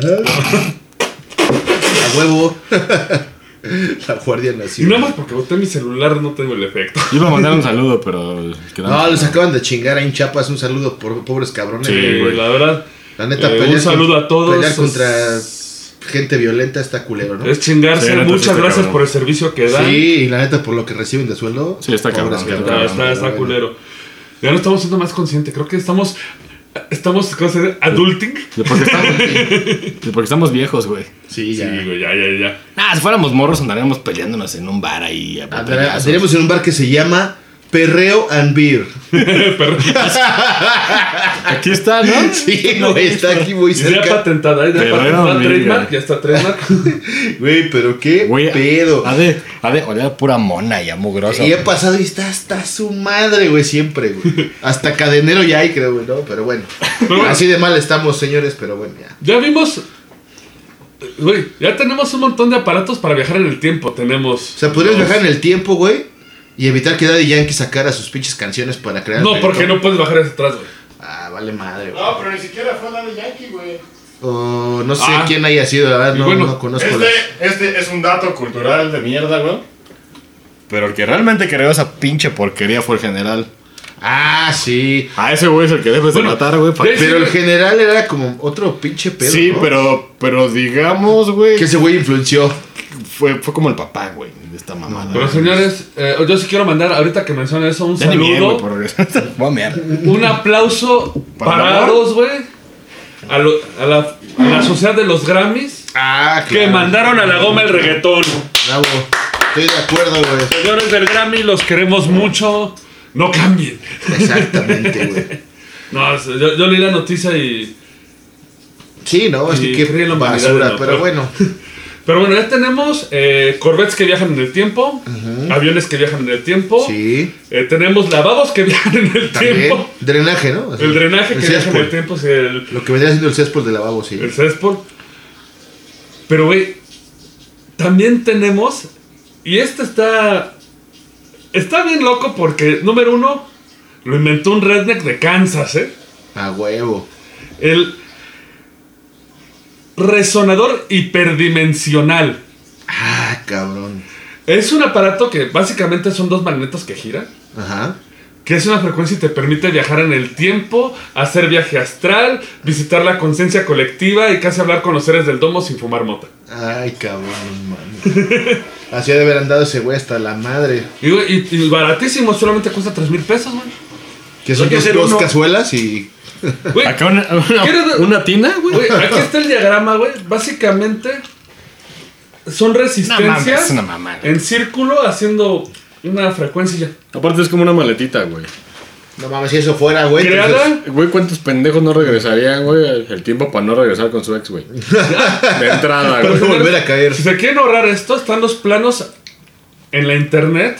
Speaker 4: huevo. la Guardia
Speaker 2: Y nada más
Speaker 4: Nacional.
Speaker 2: porque boté mi celular no tengo el efecto.
Speaker 3: Iba a mandar un saludo, pero. quedamos-
Speaker 4: No, les acaban de chingar ahí en Chiapas. Un saludo por pobres cabrones.
Speaker 3: Sí.
Speaker 2: Eh,
Speaker 3: güey.
Speaker 2: la verdad.
Speaker 4: La neta,
Speaker 2: eh,
Speaker 4: pelear
Speaker 2: un
Speaker 4: con-
Speaker 2: saludo a todos.
Speaker 4: Pelear contra
Speaker 2: Es,
Speaker 4: gente violenta está culero, ¿no?
Speaker 2: es chingarse.
Speaker 3: Sí, la neta, sí
Speaker 2: Muchas
Speaker 3: está
Speaker 2: gracias
Speaker 3: cabrón.
Speaker 2: por el servicio que dan.
Speaker 4: Sí, y la neta, por lo que reciben de sueldo.
Speaker 3: Sí, está
Speaker 4: pobres
Speaker 3: cabrón, está
Speaker 2: Está,
Speaker 4: cabrones.
Speaker 2: está, está culero. Ya no estamos siendo más conscientes. Creo que estamos. Estamos, ¿cómo se dice? Adulting.
Speaker 3: De Porque estamos, de porque estamos viejos, güey.
Speaker 4: Sí, ya.
Speaker 2: Sí, güey, ya, ya, ya.
Speaker 3: Nah, si fuéramos morros andaríamos peleándonos en un bar ahí. A
Speaker 4: Andare-
Speaker 3: botellazos.
Speaker 4: Andaremos en un bar que se llama Perreo and Beer.
Speaker 2: Pero
Speaker 3: Aquí está, ¿no?
Speaker 4: Sí, güey, está aquí muy
Speaker 2: ya
Speaker 4: cerca.
Speaker 2: patentada, ya
Speaker 3: Pero era
Speaker 2: patentada.
Speaker 3: un
Speaker 2: Trademark,
Speaker 3: virga.
Speaker 2: ya está trademark.
Speaker 4: Güey, pero qué
Speaker 3: Güey,
Speaker 4: pedo.
Speaker 3: Ha de, ha de oler a pura mona y a mugroso.
Speaker 4: Y he pasado y está hasta su madre, güey, siempre, güey. Hasta cadenero ya hay, creo, güey, ¿no? Pero bueno.
Speaker 2: Pero bueno.
Speaker 4: Así de mal estamos, señores, pero bueno, ya.
Speaker 2: Ya vimos. Güey, ya tenemos un montón de aparatos para viajar en el tiempo. Tenemos.
Speaker 4: O sea, podrías
Speaker 2: los-
Speaker 4: viajar en el tiempo, güey, y evitar que Daddy Yankee sacara sus pinches canciones para crear.
Speaker 2: No, porque
Speaker 4: reggaetón.
Speaker 2: no puedes bajar hacia atrás, güey.
Speaker 4: Ah, vale madre, güey.
Speaker 5: No, pero ni siquiera fue Daddy Yankee, güey.
Speaker 4: O no sé
Speaker 2: Ah.
Speaker 4: quién haya sido, la verdad,
Speaker 2: Y
Speaker 4: no,
Speaker 2: bueno,
Speaker 4: no conozco.
Speaker 5: Este,
Speaker 4: las-
Speaker 5: este es un dato cultural de mierda, güey.
Speaker 3: Pero el que realmente creó esa pinche porquería fue el general.
Speaker 4: Ah, sí.
Speaker 3: A ese güey es el que debes
Speaker 2: Bueno,
Speaker 3: de matar, güey. pa-
Speaker 2: ya-
Speaker 4: Pero el general era como otro pinche pedo.
Speaker 3: sí,
Speaker 4: ¿no?
Speaker 3: pero, pero digamos, güey.
Speaker 4: Que ese güey influenció.
Speaker 3: Fue, fue como el papá, güey, de esta mamada.
Speaker 2: Pero señores, eh, yo sí quiero mandar, ahorita que menciona eso, un
Speaker 3: ya ni bien, güey,
Speaker 2: saludo,
Speaker 3: por regresar. Voy a mear.
Speaker 2: un aplauso
Speaker 3: ¿Para
Speaker 2: parados, güey, a, lo- a la, a la sociedad de los Grammys
Speaker 4: Ah,
Speaker 2: que mandaron a la goma el reggaetón.
Speaker 4: Bravo. Estoy de acuerdo, güey.
Speaker 2: Señores del Grammy, los queremos mucho. No cambien.
Speaker 4: Exactamente, güey.
Speaker 2: No, o sea, yo, yo leí la noticia y.
Speaker 4: Sí, no, es
Speaker 2: Y
Speaker 4: que qué
Speaker 2: fríe la humanidad de
Speaker 4: basura,
Speaker 2: la
Speaker 4: pero
Speaker 2: otra.
Speaker 4: bueno.
Speaker 2: Pero bueno, ya tenemos eh, corvettes que viajan en el tiempo, aviones que viajan en el tiempo,
Speaker 4: Sí,
Speaker 2: eh, tenemos lavados que viajan en el
Speaker 4: también.
Speaker 2: tiempo,
Speaker 4: Drenaje, ¿no? Así,
Speaker 2: el drenaje que viaja en
Speaker 4: césped.
Speaker 2: el tiempo, es el,
Speaker 4: Lo que vendría siendo el césped de lavabo, sí.
Speaker 2: El césped. Pero, güey, también tenemos. Y este está. Está bien loco porque, número uno, lo inventó un redneck de Kansas, ¿eh?
Speaker 4: A huevo.
Speaker 2: El. Resonador hiperdimensional.
Speaker 4: Ah, cabrón.
Speaker 2: Es un aparato que básicamente son dos magnetos que giran.
Speaker 4: Ajá.
Speaker 2: Que es una frecuencia y te permite viajar en el tiempo, hacer viaje astral, visitar la conciencia colectiva y casi hablar con los seres del domo sin fumar mota.
Speaker 4: Ay, cabrón, man. Así ha de haber andado ese güey hasta la madre.
Speaker 2: Y, y- y baratísimo, solamente cuesta 3 mil pesos, güey.
Speaker 4: Que son
Speaker 2: Hay que
Speaker 4: dos,
Speaker 2: hacer
Speaker 4: dos
Speaker 2: uno.
Speaker 4: cazuelas y.
Speaker 2: Güey,
Speaker 3: Acá una, una,
Speaker 2: ¿Quieres-
Speaker 3: una tina, güey.
Speaker 2: güey, aquí está el diagrama, güey. Básicamente son
Speaker 3: mames,
Speaker 2: resistencias
Speaker 3: es una mamada.
Speaker 2: en círculo haciendo una frecuencia.
Speaker 3: Aparte es como una maletita, güey.
Speaker 4: No mames, si eso fuera, güey. entonces-
Speaker 2: Creada,
Speaker 3: Güey, ¿cuántos pendejos no regresarían, güey? al- El tiempo para no regresar con su ex, güey. De entrada,
Speaker 4: Pero
Speaker 3: güey.
Speaker 4: no volver a caer.
Speaker 2: si se quieren ahorrar esto, están los planos en la internet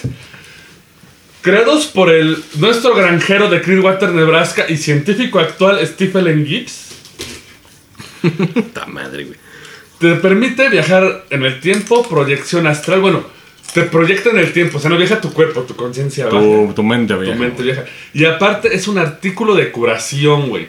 Speaker 2: creados por el nuestro granjero de Clearwater, Nebraska y científico actual Stephen Gibbs.
Speaker 3: Puta madre, güey.
Speaker 2: Te permite viajar en el tiempo, proyección astral. Bueno, te proyecta en el tiempo, o sea, no viaja tu cuerpo, tu conciencia baja.
Speaker 3: Tu, tu mente,
Speaker 2: Tu
Speaker 3: güey.
Speaker 2: mente vieja. Y aparte es un artículo de curación, güey.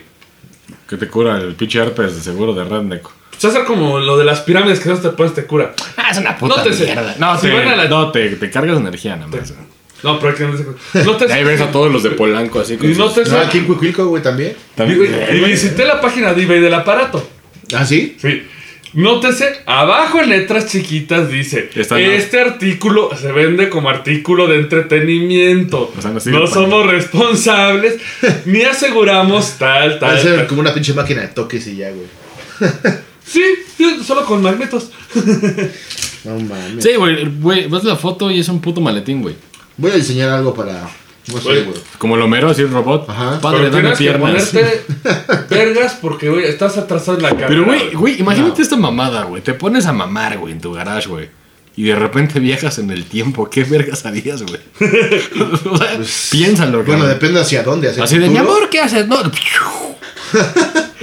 Speaker 3: Que te cura el pinche herpes de seguro de Redneck.
Speaker 2: Se hace Pues, como lo de las pirámides que no te pones, te cura.
Speaker 3: Ah, es una
Speaker 2: puta No te sé. mierda.
Speaker 3: No,
Speaker 2: Si
Speaker 3: te,
Speaker 2: van a la-
Speaker 3: no te, te cargas energía nada más. güey.
Speaker 2: No, pero que no te no
Speaker 3: Y
Speaker 2: te-
Speaker 3: Ahí ves a todos los de Polanco así.
Speaker 2: Y no te
Speaker 4: No, aquí en Cuicuilco, güey, también.
Speaker 2: y,
Speaker 3: También.
Speaker 2: y visité la página de eBay del aparato.
Speaker 4: ¿Ah, sí?
Speaker 2: Sí. Nótese, abajo en letras chiquitas dice,
Speaker 3: Está en-
Speaker 2: este artículo se vende como artículo de entretenimiento.
Speaker 3: O sea, no
Speaker 2: no
Speaker 3: sirve para
Speaker 2: somos responsables ni aseguramos tal,
Speaker 4: Va a
Speaker 2: tal.
Speaker 4: ser
Speaker 2: tal.
Speaker 4: como una pinche máquina de toques y ya, güey.
Speaker 2: Sí, sí, solo con magnetos.
Speaker 4: No mames.
Speaker 3: Sí, güey, güey, ves la foto y es un puto maletín, güey.
Speaker 4: Voy a diseñar algo para. No sé,
Speaker 2: Oye.
Speaker 4: güey.
Speaker 3: Como el Homero, así el robot.
Speaker 4: Ajá.
Speaker 3: Padre,
Speaker 2: Pero
Speaker 3: dame
Speaker 2: tienes que
Speaker 3: piernas.
Speaker 2: ponerte vergas porque güey, estás atrasado en la carrera.
Speaker 3: Pero, güey, güey, imagínate esta mamada, güey. Te pones a mamar, güey, en tu garage, güey. Y de repente viajas en el tiempo. ¿Qué vergas harías, güey? o sea, piénsalo,
Speaker 4: Bueno,
Speaker 3: cabrón.
Speaker 4: depende hacia dónde. Hacia el
Speaker 3: Así de, mi
Speaker 4: futuro.
Speaker 3: amor, ¿qué haces? No.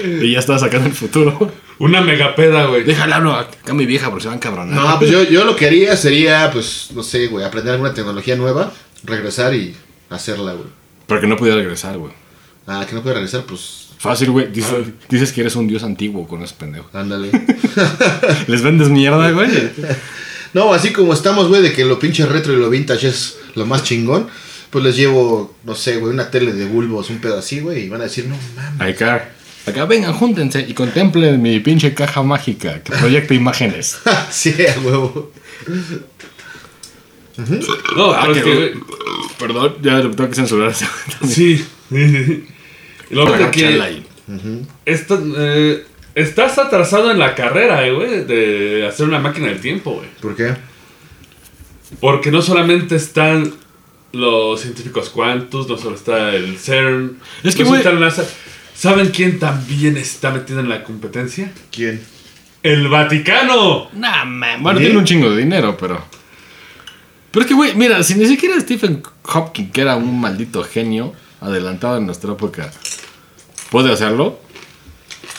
Speaker 3: y ya estás acá en el futuro.
Speaker 2: Una megapeda, güey.
Speaker 3: Déjala, hablo acá a mi vieja porque se van cabronar.
Speaker 4: No, pues yo, yo lo que haría sería, pues, no sé, güey, aprender alguna tecnología nueva, regresar y hacerla, güey.
Speaker 3: Pero que no pudiera regresar, güey.
Speaker 4: Ah, que no puede regresar, pues,
Speaker 3: Fácil, güey. Dices, dices que eres un dios antiguo con esos pendejos.
Speaker 4: ándale.
Speaker 3: Les vendes mierda, güey.
Speaker 4: no, así como estamos, güey, de que lo pinche retro y lo vintage es lo más chingón, pues les llevo, no sé, güey, una tele de bulbos, un pedo así, güey, y van a decir, no mames.
Speaker 3: Acá, acá, vengan, júntense y contemplen mi pinche caja mágica que proyecta imágenes.
Speaker 4: sí, a huevo.
Speaker 2: No,
Speaker 3: Ah,
Speaker 2: pero es
Speaker 3: que-
Speaker 2: que, güey,
Speaker 3: Perdón, ya lo tengo que censurar.
Speaker 2: Sí. Lo
Speaker 3: Para
Speaker 2: que,
Speaker 3: chala
Speaker 2: que
Speaker 3: ahí.
Speaker 2: esta- eh, estás atrasado en la carrera, eh, güey, de hacer una máquina del tiempo, güey.
Speaker 4: ¿Por qué?
Speaker 2: Porque no solamente están los científicos cuantos, no solo está el CERN.
Speaker 3: Es que,
Speaker 2: no solo
Speaker 3: güey-
Speaker 2: está la NASA. ¿Saben quién también está metido en la competencia?
Speaker 4: ¿Quién?
Speaker 2: ¡El Vaticano!
Speaker 3: Nah, man. Bueno,
Speaker 4: ¿Eh?
Speaker 3: tiene un chingo de dinero, pero. Pero es que, güey, mira, si ni siquiera Stephen Hopkins, que era un maldito genio adelantado en nuestra época, puede hacerlo,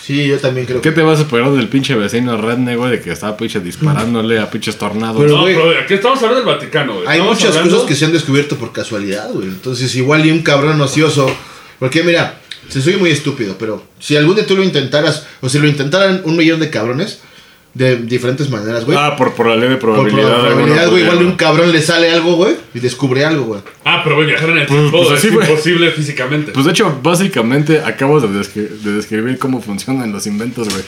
Speaker 4: Sí, yo también creo
Speaker 3: ¿qué
Speaker 4: que...
Speaker 3: te vas a esperar del pinche vecino Redne, güey, de que estaba pinche disparándole a pinches tornados?
Speaker 4: Pero,
Speaker 2: no,
Speaker 4: güey,
Speaker 2: pero aquí estamos hablando del Vaticano, güey.
Speaker 4: Hay
Speaker 2: Estamos
Speaker 4: muchas
Speaker 2: hablando-
Speaker 4: cosas que se han descubierto por casualidad, güey. Entonces, igual y un cabrón ocioso. Porque, mira, se soy muy estúpido, pero si algún día tú lo intentaras, o si lo intentaran un millón de cabrones, de diferentes maneras, güey.
Speaker 3: ah, por, por la ley de
Speaker 4: por
Speaker 3: probabilidad. alguno
Speaker 4: probabilidad, güey,
Speaker 3: podría,
Speaker 4: igual y
Speaker 3: ¿no?
Speaker 4: un cabrón le sale algo, güey, y descubre algo, güey.
Speaker 2: Ah, pero güey, viajar en el tiempo
Speaker 3: pues
Speaker 2: es
Speaker 3: así, güey.
Speaker 2: imposible físicamente.
Speaker 3: Pues de hecho, básicamente acabo de, descri- de describir cómo funcionan los inventos, güey.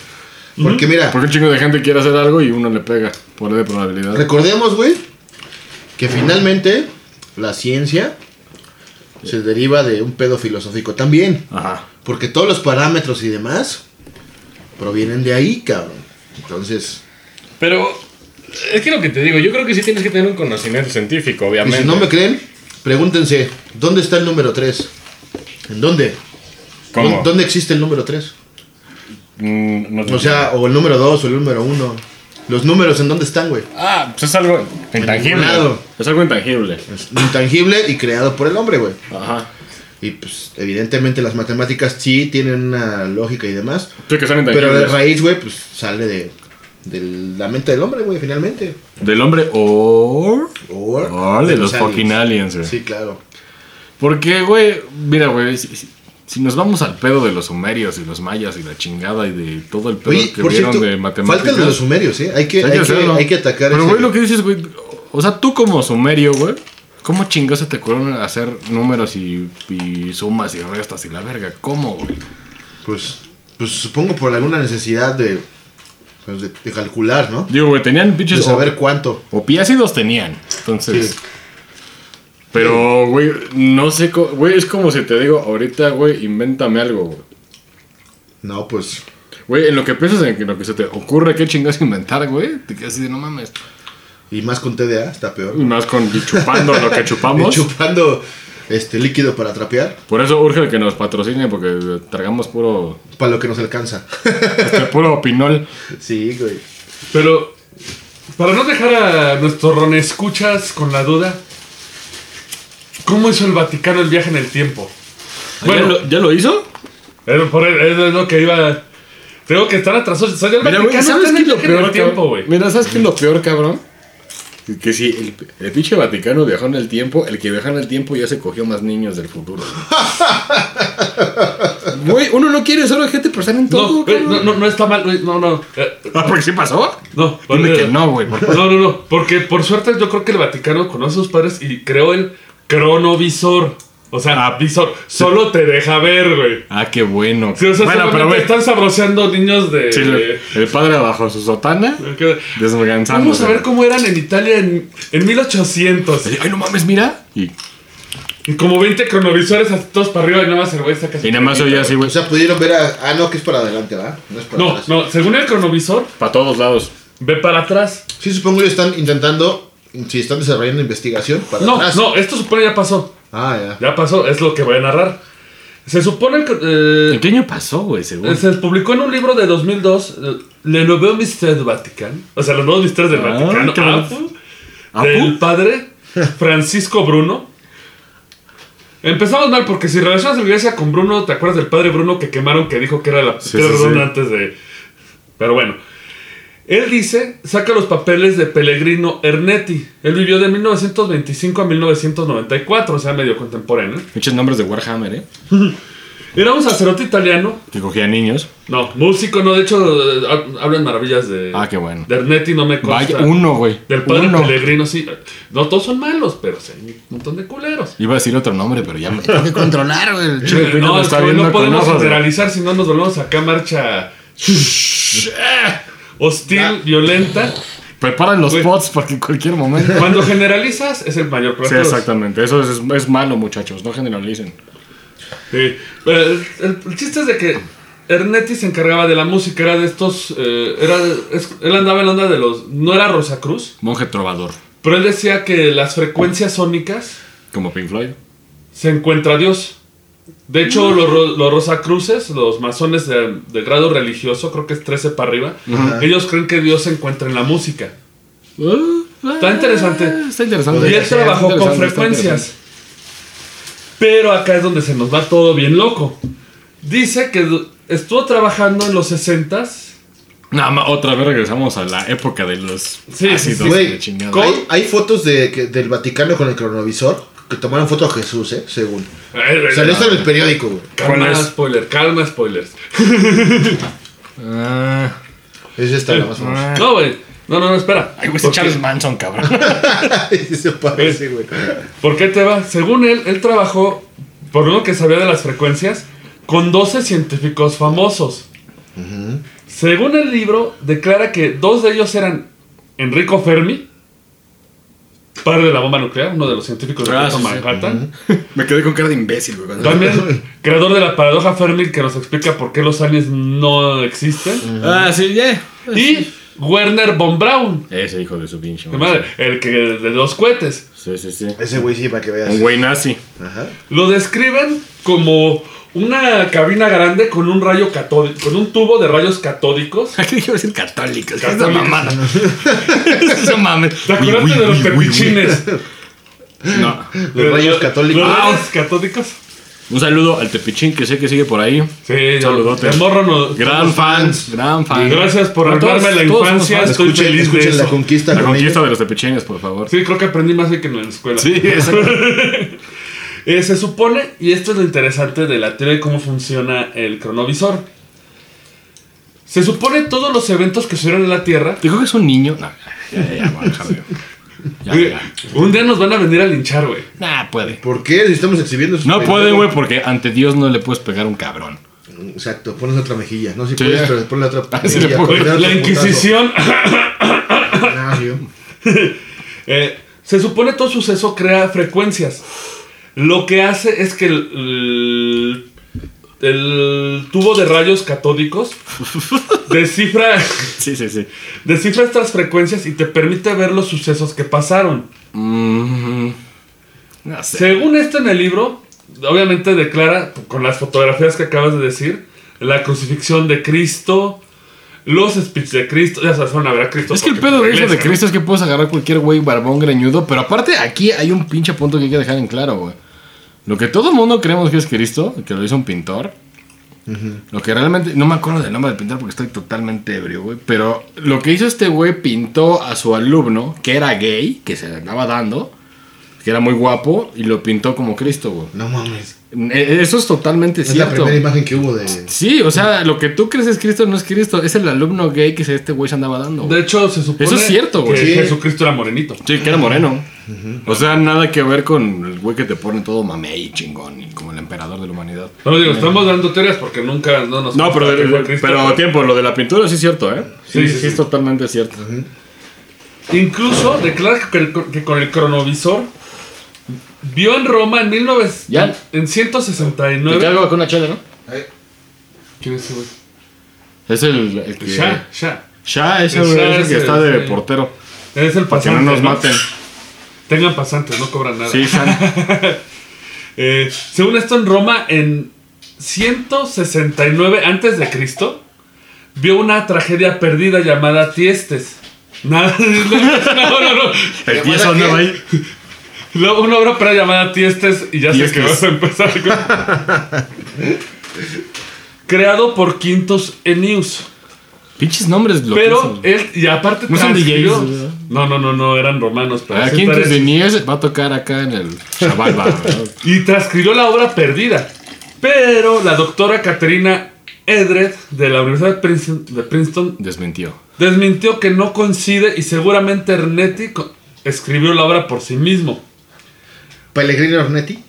Speaker 4: Porque, mira,
Speaker 3: Porque un chingo de gente quiere hacer algo y uno le pega por la de probabilidad.
Speaker 4: recordemos, güey, que finalmente la ciencia se deriva de un pedo filosófico también.
Speaker 3: Ajá.
Speaker 4: Porque todos los parámetros y demás provienen de ahí, cabrón. Entonces...
Speaker 3: Pero
Speaker 5: Es que lo que te digo, yo creo que sí tienes que tener un conocimiento científico,
Speaker 4: Y Pues, si no me creen, pregúntense, ¿dónde está el número 3? ¿En dónde?
Speaker 5: ¿Cómo?
Speaker 4: ¿Dó- ¿Dónde existe el número 3?
Speaker 3: Mm, no sé.
Speaker 4: O sea, o el número 2 o el número 1. Los números, ¿en dónde están, güey?
Speaker 3: Ah, pues es algo intangible.
Speaker 4: lado.
Speaker 3: Es algo intangible.
Speaker 4: Es Intangible y creado por el hombre, güey.
Speaker 3: Ajá.
Speaker 4: Y pues, evidentemente las matemáticas sí tienen una lógica y demás.
Speaker 3: Sí, que son
Speaker 4: Pero la
Speaker 3: intangibles.
Speaker 4: raíz, güey, pues sale de, de la mente del hombre, güey, finalmente.
Speaker 3: Del hombre o...
Speaker 4: O
Speaker 3: O de los
Speaker 4: aliens.
Speaker 3: fucking aliens, güey.
Speaker 4: Sí, claro.
Speaker 3: Porque, güey, mira, güey, si, si- si nos vamos al pedo de los sumerios y los mayas y la chingada y de todo el pedo
Speaker 4: Oye,
Speaker 3: que
Speaker 4: por
Speaker 3: vieron
Speaker 4: cierto,
Speaker 3: de matemáticas...
Speaker 4: falta el de los sumerios, ¿eh? Hay que, hay que,
Speaker 3: hacerlo.
Speaker 4: hay que atacar
Speaker 3: Pero,
Speaker 4: ese-
Speaker 3: güey, lo que dices, güey. O sea, tú como sumerio, güey. ¿Cómo chingados se te ocurrieron hacer números y, y sumas y restas y la verga? ¿Cómo, güey?
Speaker 4: Pues, pues supongo por alguna necesidad de, pues, de, de calcular, ¿no?
Speaker 3: Digo, güey, tenían
Speaker 4: De
Speaker 3: pinches.
Speaker 4: saber cuánto.
Speaker 3: Opiácidos tenían. Entonces.
Speaker 4: Sí.
Speaker 3: Pero, güey, no sé. co- Güey, es como si te digo, ahorita, güey, invéntame algo, güey.
Speaker 4: No, pues.
Speaker 3: Güey, en lo que piensas, en lo que se te ocurre, ¿qué chingados inventar, güey? Te quedas así de no mames.
Speaker 4: Y más con TDA, está peor.
Speaker 3: Y más con y chupando lo que
Speaker 4: Y
Speaker 3: chupamos.
Speaker 4: chupando este líquido para trapear,
Speaker 3: Por eso urge que nos patrocine, porque tragamos puro.
Speaker 4: para lo que nos alcanza.
Speaker 3: este, puro pinol.
Speaker 4: sí, güey.
Speaker 2: Pero para no dejar a nuestro Ron escuchas con la duda, ¿cómo hizo el Vaticano el viaje en el tiempo?
Speaker 3: Bueno,
Speaker 2: Bueno,
Speaker 3: ¿ya lo, ya lo hizo?
Speaker 2: es por- es lo que iba. Tengo que estar atrasados. O sea, ya el
Speaker 3: Mira, güey,
Speaker 2: Vaticano
Speaker 3: ¿sabes
Speaker 2: está en
Speaker 3: qué
Speaker 2: el
Speaker 3: es lo
Speaker 2: viaje en el
Speaker 3: peor,
Speaker 2: tiempo,
Speaker 3: cabrón?
Speaker 2: güey.
Speaker 3: Mira, ¿sabes qué es lo peor, cabrón? Que- Que si el, el pinche Vaticano viajó en el tiempo, el que viajó en el tiempo ya se cogió más niños del futuro. Güey, uno no quiere solo gente por estar en
Speaker 2: No,
Speaker 3: todo,
Speaker 2: güey,
Speaker 3: cabrón.
Speaker 2: no, no, no está mal, güey, no, no. eh,
Speaker 3: Ah, ¿por qué sí pasó?
Speaker 2: No,
Speaker 3: Dime
Speaker 2: porque-
Speaker 3: que no, güey. por-
Speaker 2: No, no, no, porque por suerte yo creo que el Vaticano conoce a sus padres y creó el cronovisor. O sea, a ti sol- solo te deja ver, güey.
Speaker 3: Ah, qué bueno.
Speaker 2: Sí, o sea,
Speaker 3: bueno, pero
Speaker 2: solamente
Speaker 3: güey.
Speaker 2: están sabroseando niños de...
Speaker 3: sí, el- el padre abajo su sotana,
Speaker 2: que-
Speaker 3: desganzando.
Speaker 2: Vamos a ver cómo eran en Italia en, en 1800.
Speaker 3: Ay, no mames, mira. Y,
Speaker 2: Y como 20 cronovisores así todos para arriba y nada más el güey saca su
Speaker 3: y nada más oye así,
Speaker 4: O
Speaker 3: güey.
Speaker 4: sea, pudieron ver a. Ah, no, que es para adelante, ¿verdad? No es para
Speaker 2: No,
Speaker 4: atrás.
Speaker 2: no, según el cronovisor,
Speaker 3: Para todos lados.
Speaker 2: ve para atrás.
Speaker 4: Sí, supongo que están intentando. Si están desarrollando investigación para
Speaker 2: No,
Speaker 4: atrás.
Speaker 2: no, esto supone ya pasó.
Speaker 4: Ah, ya.
Speaker 2: Ya pasó, es lo que voy a narrar. Se supone que... eh,
Speaker 3: ¿En qué año pasó, güey, según?
Speaker 2: Eh, Se publicó en un libro de 2002, eh, Le Nouveau Mystère du Vatican, o sea, los nuevos misterios del
Speaker 3: Ah,
Speaker 2: Vaticano,
Speaker 3: qué bonito.
Speaker 2: Apu,
Speaker 3: ¿Apu?
Speaker 2: del padre Francisco Bruno. Empezamos mal, porque si relacionas la iglesia con Bruno, ¿te acuerdas del padre Bruno que quemaron que dijo que era la
Speaker 3: Sí,
Speaker 2: piedra
Speaker 3: sí, sí.
Speaker 2: redonda antes de...? Pero bueno. Él dice, saca los papeles de Pellegrino Ernetti. Él vivió de 1925 a 1994, o sea, medio contemporáneo.
Speaker 3: Muchos nombres de Warhammer, ¿eh?
Speaker 2: Era un sacerdote italiano
Speaker 3: Que cogía niños.
Speaker 2: No, músico, no, de hecho eh, hab- hablan maravillas de.
Speaker 3: Ah, qué bueno.
Speaker 2: De Ernetti no me consta.
Speaker 3: Vaya, uno, güey.
Speaker 2: Del padre
Speaker 3: uno.
Speaker 2: Pellegrino, sí. No, todos son malos, pero sí, hay un montón de culeros.
Speaker 3: Iba a decir otro nombre, pero ya me tengo que controlar, güey. El chico Pino
Speaker 2: Eh, no,
Speaker 3: me
Speaker 2: es
Speaker 3: está
Speaker 2: que
Speaker 3: viendo
Speaker 2: no
Speaker 3: con
Speaker 2: podemos
Speaker 3: ojos de-
Speaker 2: generalizar si no nos volvemos acá marcha. eh, hostil, violenta.
Speaker 3: Prepara los
Speaker 2: Güey.
Speaker 3: pots porque en cualquier momento.
Speaker 2: Cuando generalizas, es el mayor
Speaker 3: Sí,
Speaker 2: problema.
Speaker 3: exactamente. Eso es, es malo, muchachos. No generalicen.
Speaker 2: Sí. Pero el, el- el chiste es de que Ernetti se encargaba de la música, era de estos. eh, era, es- él andaba en la onda de los. No era Rosacruz.
Speaker 3: Monje trovador.
Speaker 2: Pero él decía que las frecuencias sónicas
Speaker 3: Como Pink Floyd.
Speaker 2: se encuentra Dios. De hecho, los, ro- los rosacruces, los masones de, de grado religioso, creo que es 13 para arriba, ellos creen que Dios se encuentra en la música.
Speaker 3: Está
Speaker 2: Ah, interesante.
Speaker 3: Está interesante.
Speaker 2: Y él
Speaker 4: Podría ser,
Speaker 2: trabajó con
Speaker 3: interesante, está
Speaker 2: frecuencias. Pero acá es donde se nos va todo bien loco. Dice que du- estuvo trabajando en los 60s.
Speaker 3: Nada más, otra vez regresamos a la época de los
Speaker 2: Sí,
Speaker 3: ácidos
Speaker 2: sí,
Speaker 3: de
Speaker 4: Güey,
Speaker 3: chingada.
Speaker 2: ¿Cómo?
Speaker 4: hay, hay fotos de, que- del Vaticano con el cronovisor que tomaron foto a Jesús, ¿eh? Según. Salió hasta en el periódico, güey.
Speaker 2: Calma,
Speaker 3: ¿Cuál es?
Speaker 2: spoiler, calma, spoilers.
Speaker 3: Ah,
Speaker 4: Es esta la más famosa.
Speaker 2: No, güey. No, no, no, espera.
Speaker 3: ay, güey, ese
Speaker 2: Porque-
Speaker 3: Charles Manson, cabrón.
Speaker 4: Sí se parece, güey.
Speaker 2: ¿Por qué te va? Según él, él trabajó, por lo que sabía de las frecuencias, con 12 científicos famosos. Según el libro, declara que dos de ellos eran Enrico Fermi, padre de la bomba nuclear, uno de los científicos de
Speaker 3: Ah,
Speaker 2: Puerto
Speaker 3: sí, sí.
Speaker 2: Manhattan.
Speaker 3: Me quedé con cara de imbécil, güey. cuando-
Speaker 2: También creador de la paradoja Fermi, que nos explica por qué los aliens no existen.
Speaker 3: Ah, sí, ya.
Speaker 2: Y Werner von Braun,
Speaker 3: Ese hijo de su pinche.
Speaker 2: de madre, el que de los cohetes.
Speaker 3: Sí, sí, sí.
Speaker 4: Ese güey sí, para que veas.
Speaker 3: Un güey nazi.
Speaker 4: Ajá.
Speaker 2: Lo describen como una cabina grande con un rayo catódico, con un tubo de rayos catódicos.
Speaker 3: ¿A qué iba a decir católico? Es una
Speaker 2: Católico.
Speaker 3: mamada. Esa mames.
Speaker 2: ¿Te acuerdas de los tepichines?
Speaker 3: No.
Speaker 4: Los rayos católicos.
Speaker 2: Los
Speaker 3: Ah.
Speaker 2: rayos catódicos.
Speaker 3: Un saludo al tepichín que sé que sigue por ahí.
Speaker 2: Sí,
Speaker 3: Saludotes.
Speaker 2: de morro no-
Speaker 3: Gran fans. Gran fan.
Speaker 2: Gracias por
Speaker 3: Todos-
Speaker 2: armarme la
Speaker 3: todos somos
Speaker 2: infancia.
Speaker 3: fans.
Speaker 2: Estoy
Speaker 4: Ah, Escuchen,
Speaker 2: feliz de
Speaker 4: escuchen la
Speaker 2: eso.
Speaker 4: conquista
Speaker 3: La
Speaker 4: con
Speaker 3: conquista
Speaker 4: ellos.
Speaker 3: de los tepichines, por favor.
Speaker 2: Sí, creo que aprendí más hoy que en la escuela.
Speaker 3: Sí, exacto.
Speaker 2: Eh, se supone, y esto es lo interesante de la teoría de cómo funciona el cronovisor. Se supone todos los eventos que sucedieron en la Tierra
Speaker 3: Dijo que es un niño. No, ya, ya, ya, voy a dejar de- ya,
Speaker 2: Güey,
Speaker 3: ya.
Speaker 2: eh, Un día nos van a venir a linchar, güey.
Speaker 3: Nah, puede.
Speaker 4: ¿Por qué? Si estamos exhibiendo. esos
Speaker 3: No puede, güey,
Speaker 4: pendejos.
Speaker 3: porque ante Dios no le puedes pegar a un cabrón.
Speaker 4: Exacto, pones otra mejilla. No, si
Speaker 3: Sí.
Speaker 4: puedes, pero pones la otra
Speaker 3: Ah, sí le
Speaker 4: mejilla.
Speaker 3: puedo.
Speaker 4: Pones otro
Speaker 2: La Inquisición.
Speaker 4: putazo. Ah, sí, güey.
Speaker 2: eh, se supone todo suceso crea frecuencias. Lo que hace es que el, el- el tubo de rayos catódicos descifra,
Speaker 3: Sí, sí, sí.
Speaker 2: descifra estas frecuencias y te permite ver los sucesos que pasaron.
Speaker 3: Mm, no sé.
Speaker 2: Según esto en el libro, obviamente declara, con las fotografías que acabas de decir, la crucifixión de Cristo, los speech de Cristo, ya sabes, fueron a ver a Cristo.
Speaker 3: Es que el
Speaker 2: porque
Speaker 3: pedo de eso
Speaker 2: iglesia,
Speaker 3: de
Speaker 2: ¿no?
Speaker 3: Cristo es que puedes agarrar cualquier güey barbón greñudo, pero aparte aquí hay un pinche punto que hay que dejar en claro, güey. Lo que todo el mundo creemos que es Cristo, que lo hizo un pintor. Lo que realmente, no me acuerdo del nombre del pintor porque estoy totalmente ebrio, güey. Pero lo que hizo este güey pintó a su alumno, que era gay, que se le andaba dando, que era muy guapo, y lo pintó como Cristo, güey.
Speaker 4: No mames.
Speaker 3: Eh, Eso es totalmente
Speaker 4: Es la
Speaker 3: cierto.
Speaker 4: primera imagen que hubo de.
Speaker 3: Sí, o sea, lo que tú crees es Cristo no es Cristo, es el alumno gay que se- este güey se andaba dando. güey.
Speaker 2: De hecho, se supone
Speaker 3: Eso es cierto, güey.
Speaker 2: que
Speaker 4: Sí.
Speaker 2: Jesucristo era morenito.
Speaker 3: Sí, que era moreno. O sea, nada que ver con el güey que te pone todo mamey chingón, y como el emperador de la humanidad.
Speaker 2: No digo, estamos dando teorías porque nunca no nos.
Speaker 3: No, pero,
Speaker 2: que
Speaker 3: de-
Speaker 2: fue
Speaker 3: de-
Speaker 2: Cristo,
Speaker 3: pero tiempo, lo de la pintura sí es cierto, ¿eh? Sí,
Speaker 2: Sí,
Speaker 3: sí,
Speaker 2: sí,
Speaker 3: es
Speaker 2: sí.
Speaker 3: totalmente cierto.
Speaker 2: Incluso declara que, el- que con el cronovisor vio en Roma en 19
Speaker 3: Ya.
Speaker 2: en
Speaker 3: ¿Te
Speaker 2: 169.
Speaker 3: algo con una chela, no?
Speaker 2: ¿Quién es ese güey?
Speaker 3: Es el, el que...
Speaker 2: Shah, Shah.
Speaker 3: Shah, ese
Speaker 2: El
Speaker 3: güey
Speaker 2: Shah
Speaker 3: es el
Speaker 2: es
Speaker 3: que
Speaker 2: el-
Speaker 3: está de
Speaker 2: sí.
Speaker 3: portero.
Speaker 2: Es el
Speaker 3: Para que
Speaker 2: pasante.
Speaker 3: no nos maten.
Speaker 2: Tengan pasantes, no cobran nada.
Speaker 3: Sí, Shah.
Speaker 2: Eh, según esto, en Roma, en 169 antes de Cristo, vio una tragedia perdida llamada Tiestes. Nada, no, no, no.
Speaker 3: El
Speaker 4: ¿Te
Speaker 3: tío
Speaker 4: acuerdas
Speaker 3: sonaba
Speaker 4: que-
Speaker 3: ahí.
Speaker 2: Luego una obra para llamada Tiestes y ya sé que
Speaker 3: Tiestes.
Speaker 2: vas a empezar con... Creado por Quintus Ennius.
Speaker 3: Pinches nombres
Speaker 2: Pero
Speaker 3: loquísimos.
Speaker 2: él, y aparte
Speaker 3: No son
Speaker 2: transcribió-
Speaker 3: DJs, ¿verdad? Ah,
Speaker 2: No, no, no, no, eran romanos. pero
Speaker 3: ¿A
Speaker 2: sí
Speaker 3: quién
Speaker 2: parece.
Speaker 3: de Nies va a tocar acá en el Shabal Bar, ¿verdad?
Speaker 2: Y transcribió la obra perdida. Pero la doctora Caterina Edred de la Universidad de Princeton, de Princeton
Speaker 3: Desmentió.
Speaker 2: desmintió que no coincide y seguramente Ernetti co- escribió la obra por sí mismo.
Speaker 4: Pellegrino Ornetti.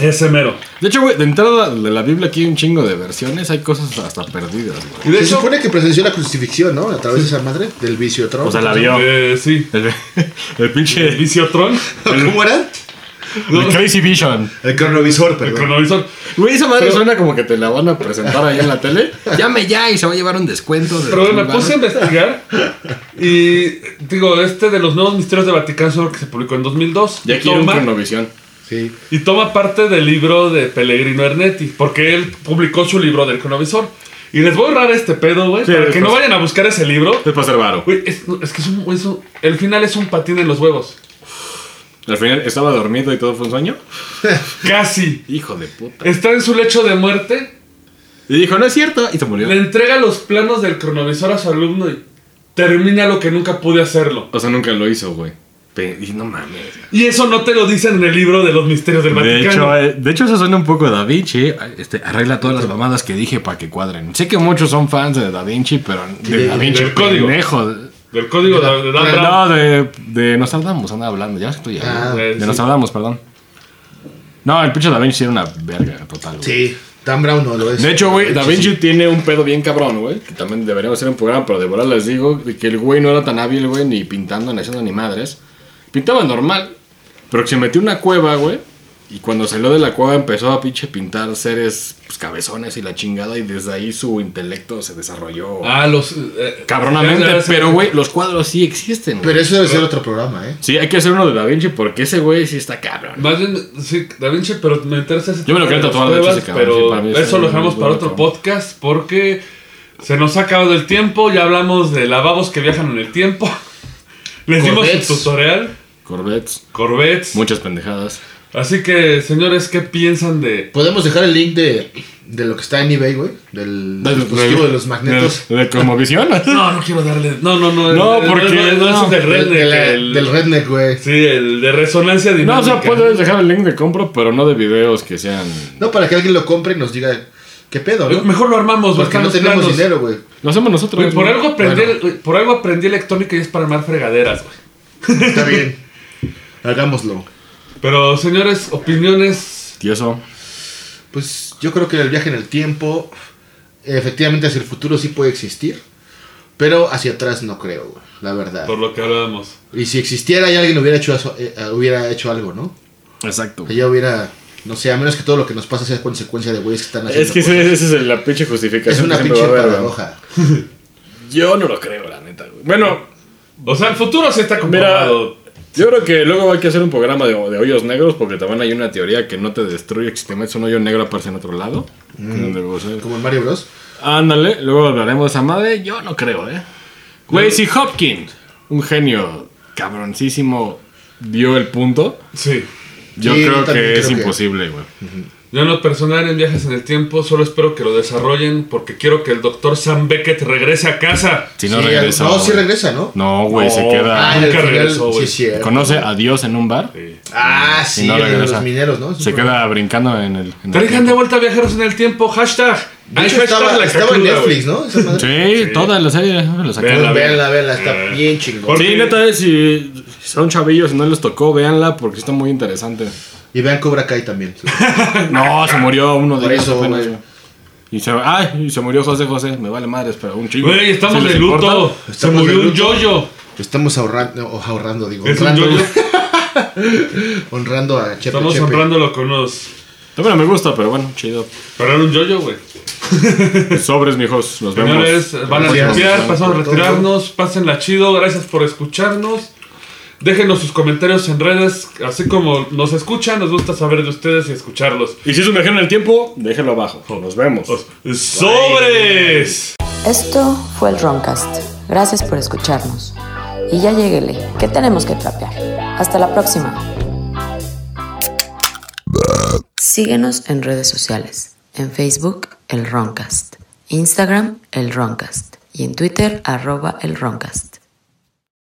Speaker 2: Ese mero.
Speaker 3: De hecho, güey, de entrada de la Biblia aquí hay un chingo de versiones, hay cosas hasta perdidas, güey.
Speaker 2: Y de
Speaker 4: Se
Speaker 2: hecho,
Speaker 4: supone que presenció la crucifixión, ¿no? A través de esa madre, del vicio
Speaker 3: O sea, la vio.
Speaker 2: eh, sí.
Speaker 3: El, el pinche.
Speaker 2: Visiotron.
Speaker 4: ¿Cómo era?
Speaker 3: El Crazy Vision.
Speaker 4: El cronovisor,
Speaker 2: El
Speaker 4: perdón.
Speaker 2: cronovisor.
Speaker 3: Güey, esa madre suena como que te la van a presentar ahí en la tele. Llame ya y se va a llevar un descuento. De
Speaker 2: Pero me
Speaker 3: ¿vale?
Speaker 2: puse a investigar y digo, este de los nuevos misterios de Vaticano que se publicó en 2002.
Speaker 3: Ya
Speaker 2: y
Speaker 3: quiero un
Speaker 2: toma-
Speaker 3: cronovisión.
Speaker 4: Sí.
Speaker 2: Y toma parte del libro de Pellegrino Ernetti, porque él publicó su libro del cronovisor. Y les voy a ahorrar este pedo, güey,
Speaker 3: Sí,
Speaker 2: para que
Speaker 3: pues.
Speaker 2: no vayan a buscar ese libro.
Speaker 3: Es para ser varo.
Speaker 2: Güey, es, es que es un, es un- el final es un patín en los huevos.
Speaker 3: Al final estaba dormido y todo fue un sueño.
Speaker 2: Casi.
Speaker 3: Hijo de puta.
Speaker 2: Está en su lecho de muerte,
Speaker 3: Y dijo, no es cierto. Y se murió.
Speaker 2: le entrega los planos del cronovisor a su alumno y termina lo que nunca pude hacerlo.
Speaker 3: O sea, nunca lo hizo, güey. Pe- Y no mames.
Speaker 2: Y eso no te lo dicen en el libro de los misterios del
Speaker 3: De hecho,
Speaker 2: Vaticano.
Speaker 3: eh, de hecho, eso suena un poco a Da Vinci. eh, Este, arregla todas las mamadas que dije para que cuadren. Sé que muchos son fans de Da Vinci, pero de,
Speaker 4: de-
Speaker 3: Da Vinci,
Speaker 2: del código.
Speaker 3: pendejo.
Speaker 2: del código de, de Dan Brown.
Speaker 3: No, de, de Nostradamus, andaba hablando. Ya estoy hablando.
Speaker 4: Ah,
Speaker 2: eh,
Speaker 3: de
Speaker 2: sí.
Speaker 3: Nostradamus, perdón. No, el pinche Da Vinci era una verga total. güey.
Speaker 4: Sí. Dan Brown no lo es.
Speaker 3: De hecho, güey, Da
Speaker 4: Sí,
Speaker 3: Vinci
Speaker 4: sí.
Speaker 3: tiene un pedo bien cabrón, güey. Que también deberíamos hacer un programa, pero de verdad les digo que el güey no era tan hábil, güey, ni pintando, ni haciendo ni madres. Pintaba normal, pero que se metió en una cueva, güey. Y cuando salió de la cueva empezó a pinche pintar seres pues, cabezones y la chingada. Y desde ahí su intelecto se desarrolló
Speaker 2: Ah, los. eh,
Speaker 3: cabronamente.
Speaker 2: ya, ya, ya,
Speaker 3: pero, güey, los cuadros sí existen. güey.
Speaker 4: Pero eso debe ser otro programa, ¿eh?
Speaker 3: Sí, hay que hacer uno de Da Vinci porque ese güey sí está cabrón.
Speaker 2: Más bien, sí, Da Vinci, pero me interesa ese
Speaker 3: Yo me lo
Speaker 2: tema
Speaker 3: quiero
Speaker 2: de
Speaker 3: tatuar,
Speaker 2: las
Speaker 3: de hecho,
Speaker 2: cuevas,
Speaker 3: ese cabrón, sí, para mí
Speaker 2: Pero
Speaker 3: es
Speaker 2: eso lo
Speaker 3: muy
Speaker 2: dejamos para
Speaker 3: bueno,
Speaker 2: otro
Speaker 3: cabrón.
Speaker 2: podcast porque se nos ha acabado el tiempo. Ya hablamos de lavabos que viajan en el tiempo. Les dimos el
Speaker 4: Corvettes.
Speaker 2: tutorial.
Speaker 3: Corvettes,
Speaker 2: Corvettes.
Speaker 3: muchas pendejadas.
Speaker 2: Así que, señores, ¿qué piensan de.?
Speaker 4: Podemos dejar el link de, de lo que está en eBay, güey. Del dispositivo de los magnetos.
Speaker 3: Pues, De, de Cosmovisión.
Speaker 2: No, no quiero darle. No, no, no.
Speaker 3: No,
Speaker 2: el- el-
Speaker 3: porque-
Speaker 2: No, no,
Speaker 3: no,
Speaker 2: es del
Speaker 4: Del,
Speaker 2: redneck.
Speaker 4: de la-
Speaker 2: el-
Speaker 4: del redneck, güey.
Speaker 2: Sí, el de resonancia
Speaker 3: No,
Speaker 2: dinámica.
Speaker 3: o sea, pues, puedes dejar el link de compra, pero no de videos que sean.
Speaker 4: No, para que alguien lo compre y nos diga, ¿qué pedo,
Speaker 2: Eh,
Speaker 4: no?
Speaker 2: Mejor lo armamos,
Speaker 4: Porque
Speaker 2: buscamos
Speaker 4: no tenemos
Speaker 2: planos.
Speaker 4: dinero, güey.
Speaker 3: Lo hacemos nosotros.
Speaker 4: Pues,
Speaker 2: Güey, por,
Speaker 3: ¿no?
Speaker 2: algo aprendí, güey, por algo aprendí electrónica y es para armar fregaderas, güey.
Speaker 4: Está bien. Hagámoslo.
Speaker 2: Pero, señores, opiniones.
Speaker 3: Tieso.
Speaker 4: Pues yo creo que el viaje en el tiempo, efectivamente hacia el futuro sí puede existir, pero hacia atrás no creo, güey, la verdad.
Speaker 2: Por lo que hablábamos.
Speaker 4: Y si existiera y alguien hubiera hecho, eso- eh, eh, hubiera hecho algo, ¿no?
Speaker 3: Exacto.
Speaker 4: Que ya hubiera, no sé, a menos que todo lo que nos pasa sea consecuencia de güeyes que están haciendo.
Speaker 3: Es que
Speaker 4: cosas.
Speaker 3: ese- esa es la pinche justificación.
Speaker 4: es una
Speaker 3: que siempre
Speaker 4: pinche
Speaker 3: va a haber,
Speaker 4: paradoja.
Speaker 3: ¿no? Yo no lo creo, la neta, güey. Bueno,
Speaker 2: O sea, el futuro sí está
Speaker 3: mira.
Speaker 2: comprobado.
Speaker 3: Yo creo que luego hay que hacer un programa de, de hoyos negros porque también hay una teoría que no te destruye que si te metes un hoyo negro aparece en otro lado.
Speaker 4: Mm.
Speaker 3: Donde, o sea,
Speaker 4: Como en Mario Bros.
Speaker 3: Ándale, luego hablaremos de esa madre. Yo no creo, ¿eh? Güey, si Hopkins, un genio cabroncísimo, dio el punto, yo
Speaker 4: Sí, yo
Speaker 3: creo que
Speaker 4: también
Speaker 3: es
Speaker 4: creo que-
Speaker 3: imposible, güey.
Speaker 2: Yo en lo personal en viajes en el tiempo solo espero que lo desarrollen porque quiero que el doctor Sam Beckett regrese a casa.
Speaker 3: Si no
Speaker 4: Sí,
Speaker 3: regresa.
Speaker 4: No,
Speaker 3: güey.
Speaker 4: sí regresa, ¿no?
Speaker 3: No, güey, se
Speaker 2: No.
Speaker 3: queda.
Speaker 4: Ah, en el
Speaker 2: nunca
Speaker 4: final,
Speaker 2: regresó,
Speaker 4: sí,
Speaker 2: güey.
Speaker 4: cierto.
Speaker 3: Conoce a Dios en un bar.
Speaker 4: Ah, sí,
Speaker 3: no
Speaker 4: el de
Speaker 3: regresa.
Speaker 4: los mineros, ¿no? Es
Speaker 3: Se
Speaker 4: un
Speaker 3: queda brincando en el. en el
Speaker 2: Traigan de vuelta viajeros en el tiempo, hashtag.
Speaker 4: De hecho,
Speaker 2: Ay,
Speaker 4: estaba, estaba en
Speaker 2: Cacruda,
Speaker 4: Netflix,
Speaker 2: güey.
Speaker 4: ¿no? Esa madre.
Speaker 3: Sí, toda la serie. la sacaron.
Speaker 2: Véanla,
Speaker 4: Véanla, véanla, está
Speaker 2: Eh.
Speaker 4: bien chingón.
Speaker 2: Porque-
Speaker 3: Sí, neta, eh, si son chavillos y no les tocó, véanla porque está muy interesante.
Speaker 4: Y vean Cobra Kai también.
Speaker 3: No, se murió uno de
Speaker 4: Por
Speaker 3: ellos
Speaker 4: eso,
Speaker 3: apenas,
Speaker 4: güey.
Speaker 3: güey. Y se, ay, y se murió José José, me vale madres, pero un chico.
Speaker 2: Güey, estamos
Speaker 3: ¿Sí les
Speaker 2: de luto.
Speaker 3: importa?
Speaker 2: Se
Speaker 4: Estamos
Speaker 2: murió
Speaker 4: de
Speaker 2: un
Speaker 4: luto.
Speaker 2: yoyo.
Speaker 4: Estamos ahorrando, o ahorrando, digo,
Speaker 2: Es un
Speaker 4: honrando,
Speaker 2: yoyo.
Speaker 4: honrando a Chepe
Speaker 2: Estamos
Speaker 4: Chepe.
Speaker 2: honrándolo con unos.
Speaker 3: También me gusta, pero bueno, chido.
Speaker 2: Pero era un yoyo, güey.
Speaker 3: Sobres, mijos, nos vemos.
Speaker 2: Señores, van a
Speaker 4: Gracias.
Speaker 2: limpiar, pasamos a
Speaker 4: Por todo.
Speaker 2: retirarnos, pásenla chido, gracias por escucharnos. Déjenos sus comentarios en redes, así como nos escuchan, nos gusta saber de ustedes y escucharlos.
Speaker 3: Y si es un viajero en el tiempo, déjelo abajo. Nos vemos.
Speaker 2: ¡Sobres!
Speaker 1: Esto fue el Roncast. Gracias por escucharnos. Y ya lleguele, que tenemos que trapear. Hasta la próxima. Síguenos en redes sociales. En Facebook, el Roncast. Instagram, el Roncast. Y en Twitter, arroba el Roncast.